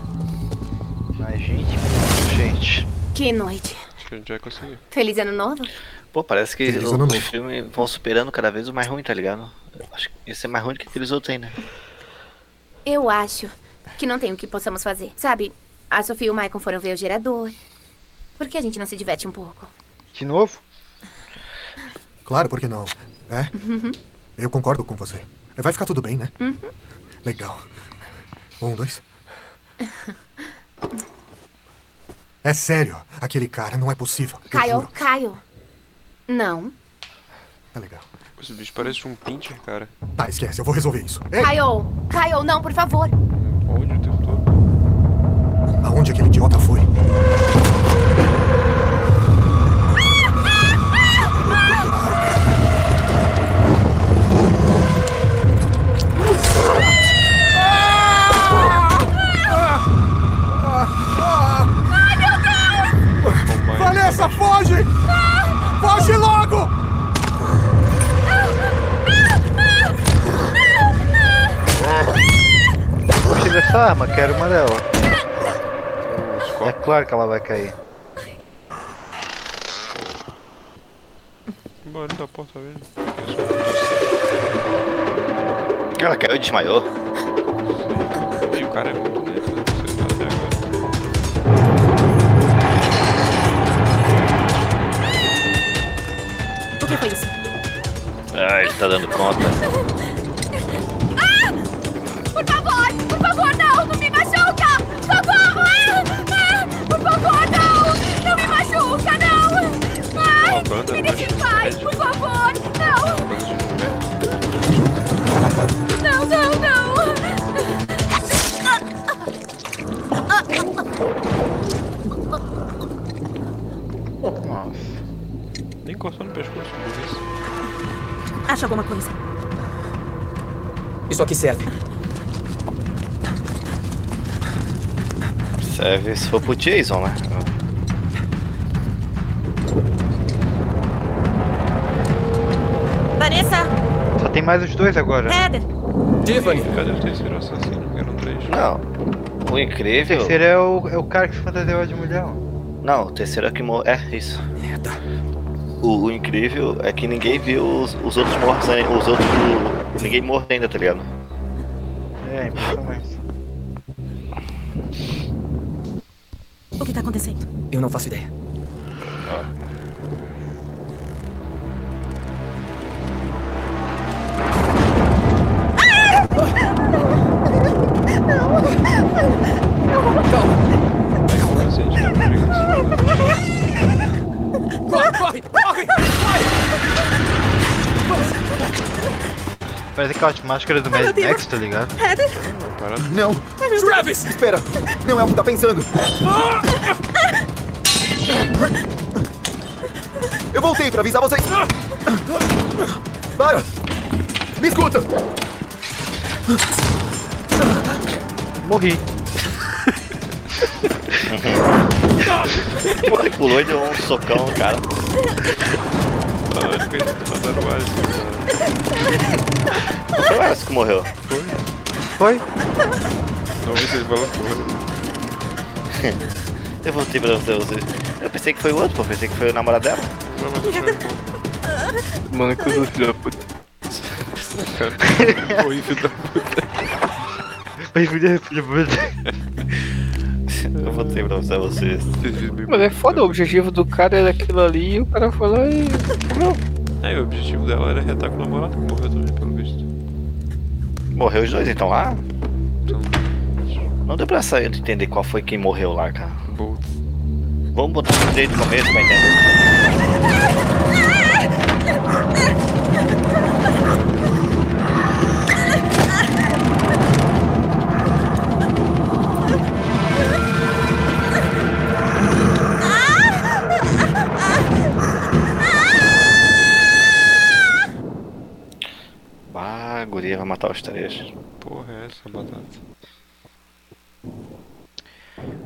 H: Ai, gente. Gente.
M: Que noite.
A: Acho que a gente já conseguiu.
M: Feliz ano novo?
H: Pô, parece que
A: Feliz
H: o-
A: ano
H: os
A: novo.
H: filmes né? vão superando cada vez o mais ruim, tá ligado? Eu Acho que esse é mais ruim do que aqueles outros ainda.
M: Eu acho que não tem o que possamos fazer. Sabe, a Sofia e o Maicon foram ver o gerador. Por que a gente não se diverte um pouco?
G: De novo?
N: Claro, por que não? É? Eu concordo com você. Vai ficar tudo bem, né?
M: Uhum.
N: Legal. Um, dois. É sério, aquele cara, não é possível. Eu
M: Caio,
N: juro.
M: Caio. Não.
N: É legal.
A: Esse bicho parece um pincher, cara.
N: Tá, esquece, eu vou resolver isso. É?
M: Caio, Caio, não, por favor.
N: Aonde aquele idiota foi?
C: Ai, Ah, meu Deus!
N: Vanessa, foge! Foge logo!
G: Vou tirar essa arma, quero uma dela. É claro que ela vai cair.
A: Bora da porta velho.
H: Ela caiu e desmaiou.
A: E o cara é muito neto, né?
J: O que foi isso?
H: Ah, ele tá dando conta.
C: Ah! Por favor, por favor, não! Não me machuca! Socorro! Ah! Ah! Por favor, não! Não me machuca, não! Ai,
A: banda
C: me deixa em paz, por favor! Não! Não, não, não!
A: Nossa. Nem cortou no pescoço, por
J: Acha alguma coisa.
S: Isso aqui serve.
H: Serve se for pro Jason, né?
J: Vanessa!
G: Só tem mais os dois agora.
J: Heather!
A: Tiffany! Cadê o terceiro assassino? Eram três.
H: Não. O
G: O
H: incrível.
G: terceiro é o, é o cara que se fantasiou de mulher. ó.
H: Não, o terceiro é que morre. É, isso. O, o incrível é que ninguém viu os, os outros mortos ainda. Os outros. Ninguém morre ainda, tá ligado? <laughs>
G: É, impressionante.
J: O que tá acontecendo?
S: Eu não faço ideia.
C: Corre, corre, corre!
G: Parece aquela de máscara do Mad Max, tá ligado?
C: Heather!
K: Não! Travis! Espera! Não é o que tá pensando! Eu voltei pra avisar vocês! Para! Me escuta!
H: <laughs>
G: Morri.
H: Pô, ele pulou e deu um socão, cara.
A: Ah, acho que eles mataram o
H: Foi o Alisson que morreu.
G: Foi?
A: Talvez ele balançou.
H: <laughs> Eu voltei pra você. você- Eu pensei que foi o outro, pô. Pensei que foi o namorado dela.
A: Mano, que eu filho da
H: <laughs>
A: puta. Oi, filho da puta.
G: Oi, filho da puta.
H: Eu voltei pra avisar vocês.
F: Mas é foda, o objetivo do cara era aquilo ali e o cara foi lá e. Não.
A: Aí o objetivo dela era retar com o namorado, que morreu também, pelo visto.
H: Morreu os dois então lá? Não deu pra sair de entender qual foi quem morreu lá, cara. Vamos botar um desde o começo pra entender. Bah, a guria vai matar os três.
A: Porra, é essa batata.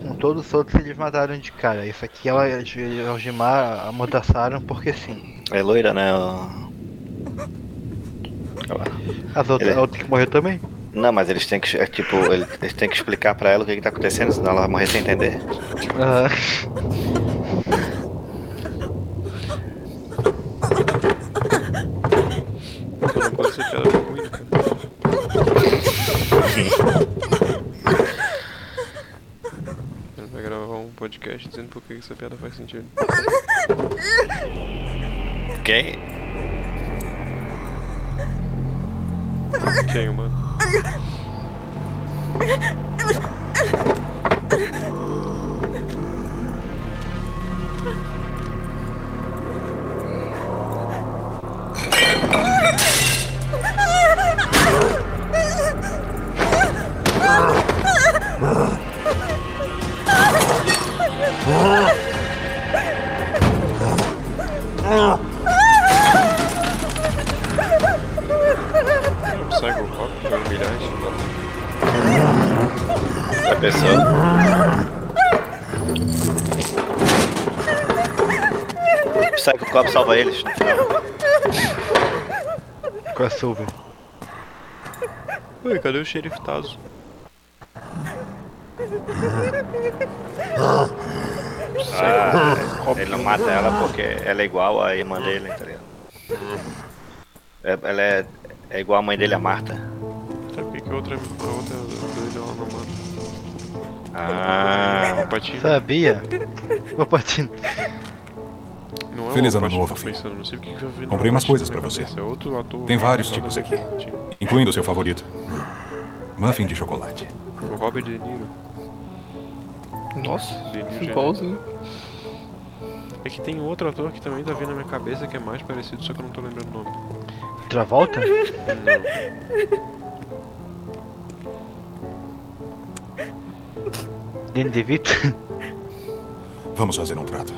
G: Com todos os outros eles mataram de cara. Isso aqui é ela algemaram, amordaçaram porque sim.
H: É loira, né? o-
G: As outras,
H: Ele-
G: a outra que morreu também?
H: Não, mas eles têm que. É, tipo, ele- eles têm que explicar pra ela o que, que tá acontecendo, senão ela vai morrer sem entender. Ah.
A: Só não pode ser piada ruim, né, cara. Ele vai gravar um podcast dizendo por que essa piada faz sentido.
H: Quem?
A: Quem, mano? Psychopop vai humilhar esse cara.
H: Tá pensando?
G: É.
H: Sai que o copo salva eles. no final.
A: Crossover. Ué, cadê o xerife Tazo?
H: Ah, ele não mata ela porque ela é igual à irmã dele, tá ligado? É- Ela é, é igual a mãe dele, a Marta.
A: Sabe por que que a outra, a outra doida ela não mata? <laughs>
H: Ah,
A: Patinho.
G: Sabia? Ô, Patinho.
A: Não é o
L: Feliz ano
A: Patino
L: novo,
A: que eu tô
L: filho.
A: pensando, não sei porque que eu vi-
L: Comprei umas
A: não,
L: coisas
A: não
L: pra você.
A: acontece, é outro ator. Tipo,
L: Tem vários
A: Não,
L: tipos
A: não,
L: aqui,
A: não, não, não.
L: incluindo o seu favorito. Muffin de chocolate.
A: O Robert De Niro.
T: Nossa,
A: De Niro já-
T: igualzinho.
A: É que tem outro ator que também tá vindo na minha cabeça que é mais parecido, só que eu não tô lembrando o nome.
G: Travolta? Danny DeVito?
L: Vamos fazer um trato.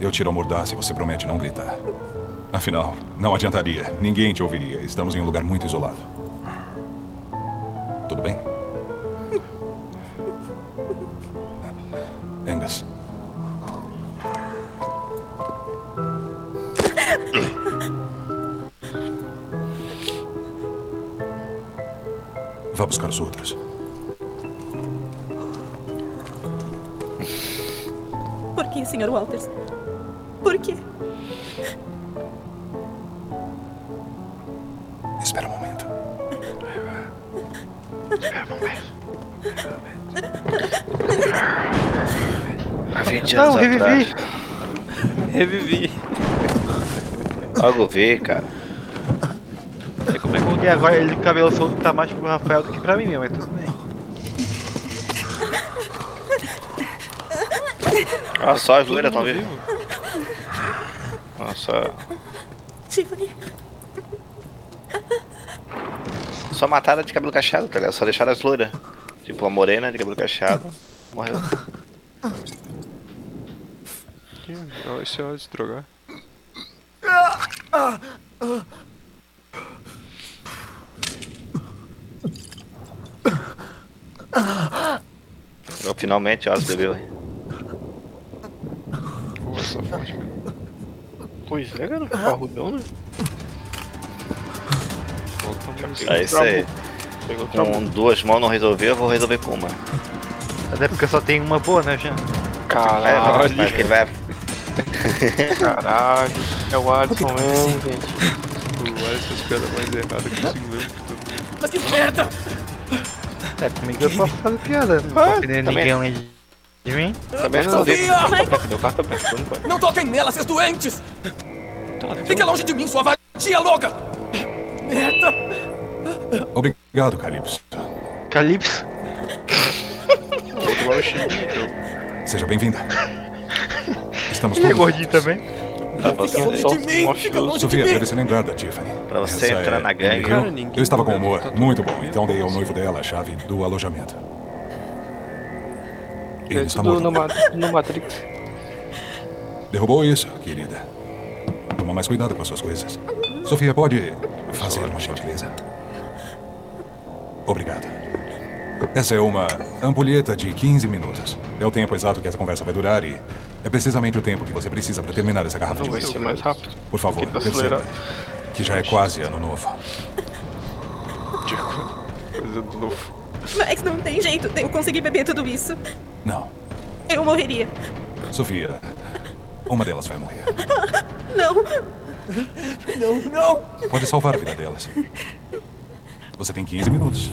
L: Eu tiro a mordaça se você promete não gritar. Afinal, não adiantaria. Ninguém te ouviria. Estamos em um lugar muito isolado. Tudo bem? Angus. Vá buscar os outros.
J: Por que, Sr. Walters? Por quê?
L: Espera um momento.
H: Há 20
G: Não,
H: anos
G: revivi.
H: atrás.
A: Revivi.
H: Logo vi, cara. é
G: E agora ele com cabelo solto tá mais pro Rafael do que pra mim mesmo, mas tudo bem.
A: Ah,
H: Olha só, as loiras estão vivas. Olha só.
J: Tiffany.
H: Só mataram de cabelo cacheado, tá ligado? Só deixaram as loiras. Tipo, a morena de cabelo cacheado. Morreu.
A: Ih, ó, Isso é hora de se drogar.
H: Eu, finalmente, ó, bebeu.
A: Nossa, forte, cara.
T: Pois é, garoto. Parrudão, né?
H: É isso aí.
T: Pegou
H: Com duas mãos não resolveu, eu vou resolver com uma.
G: Até é porque só tem uma boa, né, Jean?
H: É, mas que vai.
T: Caralho, é o Alisson mesmo, gente.
A: né? O Alisson espera mais errado que eu né? consigo ver.
T: Mas que merda!
G: É, comigo eu posso fazer piada, não tô ofendendo
T: também.
G: ninguém além de- de mim.
T: Também não vi. Deu carta pra não pode.
W: Não toquem nela, seus doentes! Fica longe de mim, sua vadia louca! Merda!
L: Obrigado, Calypso.
G: Calypso?
L: Seja bem-vinda. Estamos
G: Ele é
L: todos...
G: gordinho também.
H: Tá
L: Fica longe de mim, fica longe Sofia, deve ser lembrada, Tiffany.
H: Pra você
L: Essa
H: entrar
L: é
H: na gangue.
L: Abigail.
H: Cara, ninguém
L: Eu estava com
H: deve
L: humor
H: estar
L: muito bom, então dei ao noivo dela a chave do alojamento. Ele
T: É
H: Tá
L: está
T: tudo
L: morto.
T: no, Ma- tudo no Matrix.
L: Derrubou isso, querida. Toma mais cuidado com as suas coisas. Sofia, pode fazer uma gentileza? Obrigado. Essa é uma ampulheta de 15 minutos. É o tempo exato que essa conversa vai durar e é precisamente o tempo que você precisa para terminar essa garrafa
T: Não
L: de
T: vai
L: whisky.
T: ser mais rápido.
L: Por favor,
T: Tem que
L: perceba
T: acelerar.
L: que já é quase ano novo.
A: Coisa do novo.
J: Mas não tem jeito, eu consegui beber tudo isso.
L: Não,
J: Eu morreria.
L: Sofia, uma delas vai morrer.
J: Não.
W: Não, não!
L: Pode salvar a vida delas. Você tem 15 minutos.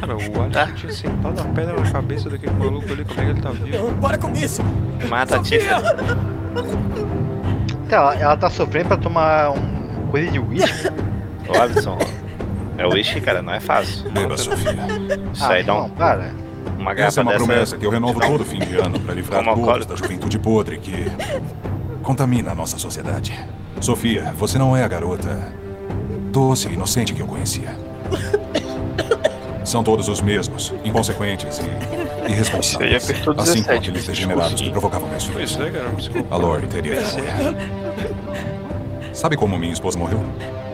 A: Cara, o
G: Tá.
A: Alisson tinha sentado a pedra na cabeça daquele maluco ali, como é que ele tá vivo?
W: Para com isso!
H: Mata a Tifa.
G: Então, ela tá sofrendo pra tomar um coisa de uísque.
H: Ô, Alisson, é o Wish, cara, não é fácil.
L: Beba, Sofia.
N: <laughs>
H: Isso aí dá um.
G: não, para.
H: Uma
L: Essa
H: garrafa
L: é uma
H: dessa.
L: promessa que eu renovo todo fim de ano para livrar
H: Como
L: todos
H: alcoólico.
L: da juventude podre que contamina a nossa sociedade. Sofia, você não é a garota doce e inocente que eu conhecia. São todos os mesmos, inconsequentes e irresponsáveis.
A: Você já apertou
L: assim como
A: 17
L: aqueles degenerados que provocavam meus filhos.
A: Pois é, cara, um psicopata.
L: A Lori teria vergonha. Sabe como minha esposa morreu?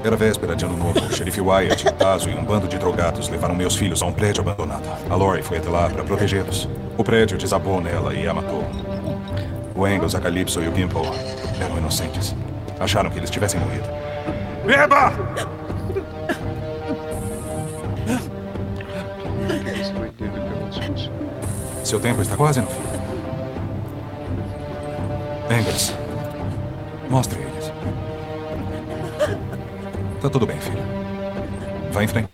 L: Era véspera de ano novo. O xerife Wyatt, o Tazo e um bando de drogados levaram meus filhos a um prédio abandonado. A Lori foi até lá para protegê-los. O prédio desabou nela e a matou. O Engels, a Calypso e o Gimple eram inocentes. Acharam que eles tivessem morrido.
W: Beba!
L: Seu tempo está quase no fim. Engels, mostre eles. Tá tudo bem, filho. Vá em frente.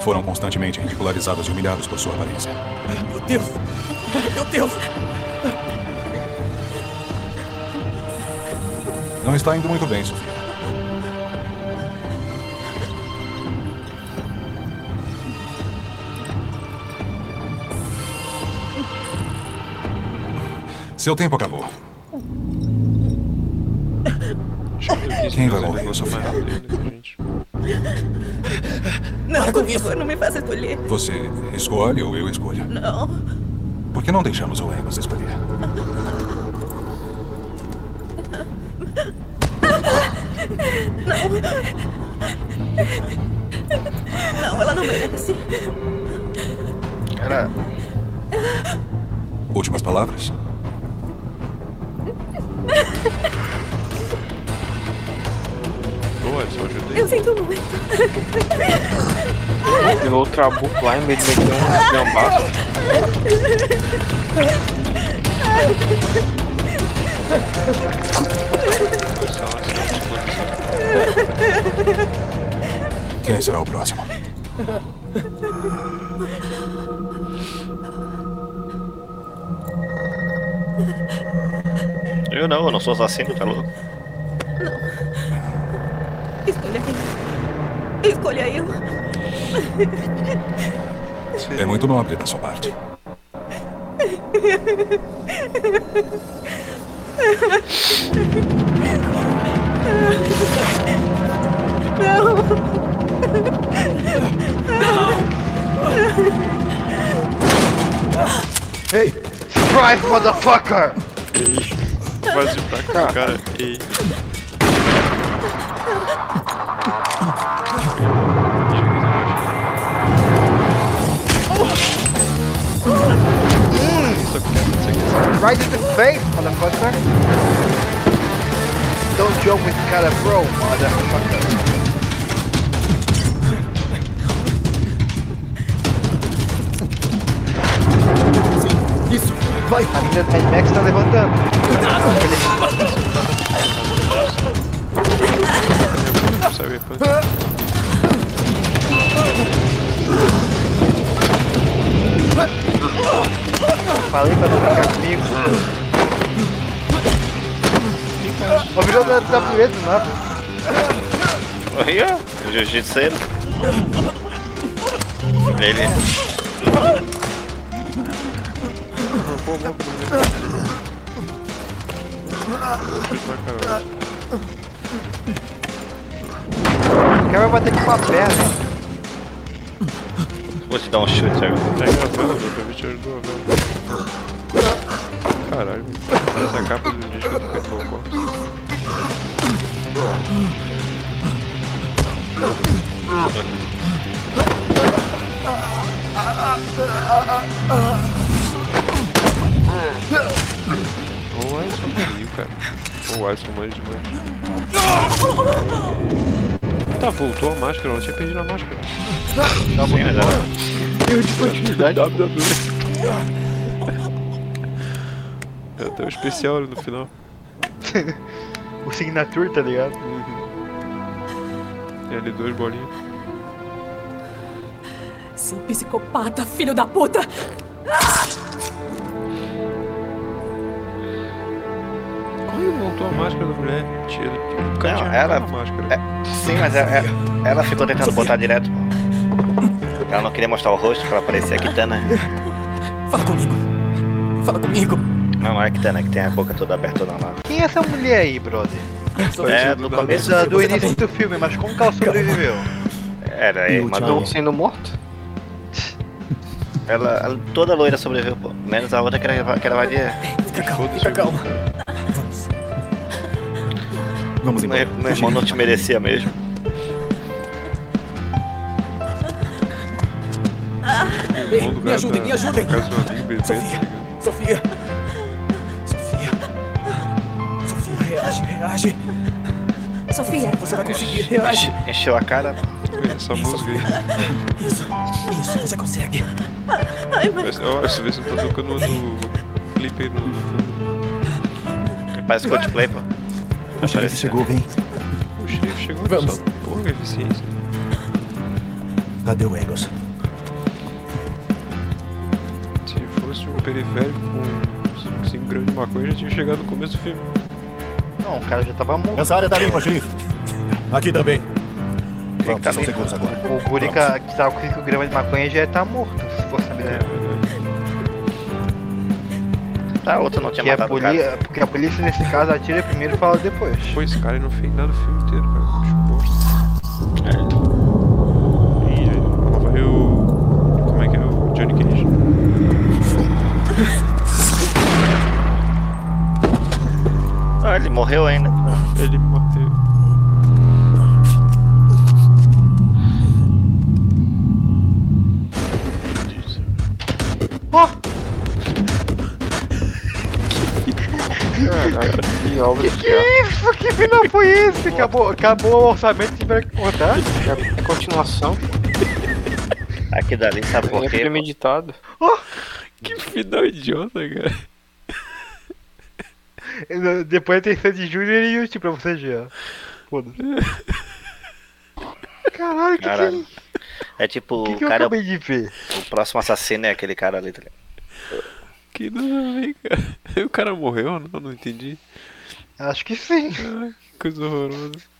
L: Foram constantemente ridicularizados e humilhados por sua aparência.
W: Meu Deus! Meu Deus!
L: Não está indo muito bem, Sofia. Seu tempo acabou. Quem vai morrer, Sofia?
W: Não, por favor, não me faça escolher.
L: Você escolhe ou eu escolho?
W: Não.
L: Por que não deixamos o Engels escolher?
W: Não. Não, ela não merece.
G: Cara,
L: Últimas palavras?
A: Boa, só ajudei.
W: Eu sinto muito.
T: Pegou o trabuco lá em meio de meter um gambá.
L: Quem será o próximo?
H: Eu não, eu não sou assassino, tá louco?
W: Escolha eu. Escolha eu.
L: É muito nobre da sua parte.
W: Não.
G: Ei! Drive, motherfucker!
A: Quase pra cá, cara. Ei.
G: Hum, Right in the face, motherfucker! Don't joke with cara bro, motherfucker!
K: Isso! Vai!
G: A menina do Mad Max tá levantando. Falei pra não ficar comigo. O vilão da é? WWE do nada.
H: Aí, ó, o jiu-jitseiro. Ele.
G: O cara vai bater com uma perna.
H: Vou te dar um chute agora.
A: Tá gravando, meu pra mim te ajudou, velho. Caralho, essa capa do disco do Pepão O Alisson caiu, cara. O Alisson manja demais. Tá, voltou a máscara, ela tinha perdido a máscara.
H: Eu de continuidade.
A: Eu tenho um especial ali no final.
G: <laughs>
B: o Signature, tá ligado?
H: Uhum.
A: Tem ali dois bolinhos.
C: Seu psicopata, filho da puta!
A: Como ele montou a máscara da mulher? Tira. O cara
H: Não,
A: tinha
H: ela.
A: arrancado a máscara.
H: é- sim, mas é- é- ela ficou tentando botar direto. Ela não queria mostrar o rosto pra parecer a Kitana.
S: Fala comigo. Fala comigo.
H: Não, não é a Kitana, que tem a boca toda aberta lá.
G: Quem é essa mulher aí, brother?
H: É, no começo
G: Da- do início do filme, mas como que ela sobreviveu?
H: Era a irmã
G: Não
H: do... É, sendo morto? Ela, ela- toda loira sobreviveu, pô. Menos a outra que era, que era vadia.
S: Fica calma.
H: Vamos embora. Meu, meu irmão não te merecia mesmo.
A: Ei,
S: me ajudem, me ajudem.
A: Caso tá do amigo bebê, tá
S: Sofia.
A: ligado?
S: Sofia! Sofia! Sofia, reage, reage! Sofia! Você vai conseguir, reage!
H: Encheu a cara.
A: Essa música
S: Isso, isso, você consegue!
A: aí. Parece- Olha, você vê se não tá tocando outro clipe aí no fundo.
H: Parece Coldplay, pô.
A: O xerife
Q: chegou, vem.
A: O xerife chegou Vamos. Porra, eficiência.
Q: Cadê o Engels?
A: Se fosse um periférico com 5 gramas de maconha, já tinha chegado no começo do filme.
G: Não, o cara já tava morto.
R: Essa área tá limpa, xerife. Aqui tá- também. Vamos,
G: tá
R: são
G: limpo.
R: seguros agora.
G: O Burica que tava com 5 gramas de maconha já ia tá morto, se for saber.
H: É, Tá, outro não tinha
G: porque a
H: matado o cara.
G: poli- <laughs> É,
H: Ah,
G: Porque a polícia nesse caso atira primeiro e fala depois.
A: Pô, esse cara ele não fez nada o filme inteiro, cara. Chupou. E aí, ela varreu. Como é que é o Johnny Cage?
H: Ah, ele morreu ainda.
A: Ele morreu.
T: Caraca, que obra
G: Que isso? Que final foi esse? Acabou, acabou o orçamento tiver que contar?
T: É continuação.
H: Aqui dali, sabe por
T: É
H: quê?
T: premeditado.
A: Que final idiota, cara.
G: Depois da terceira de julho ele ia pra você já. Foda-se. Caralho, que que é
H: Caralho.
G: isso?
H: É tipo,
G: Que
H: o
G: que eu
H: cara.
G: acabei de ver?
H: O próximo assassino é aquele cara ali, tá ligado?
A: Que nada a ver, cara. Aí O cara morreu, não? Não entendi.
G: Acho que sim.
A: coisa horrorosa.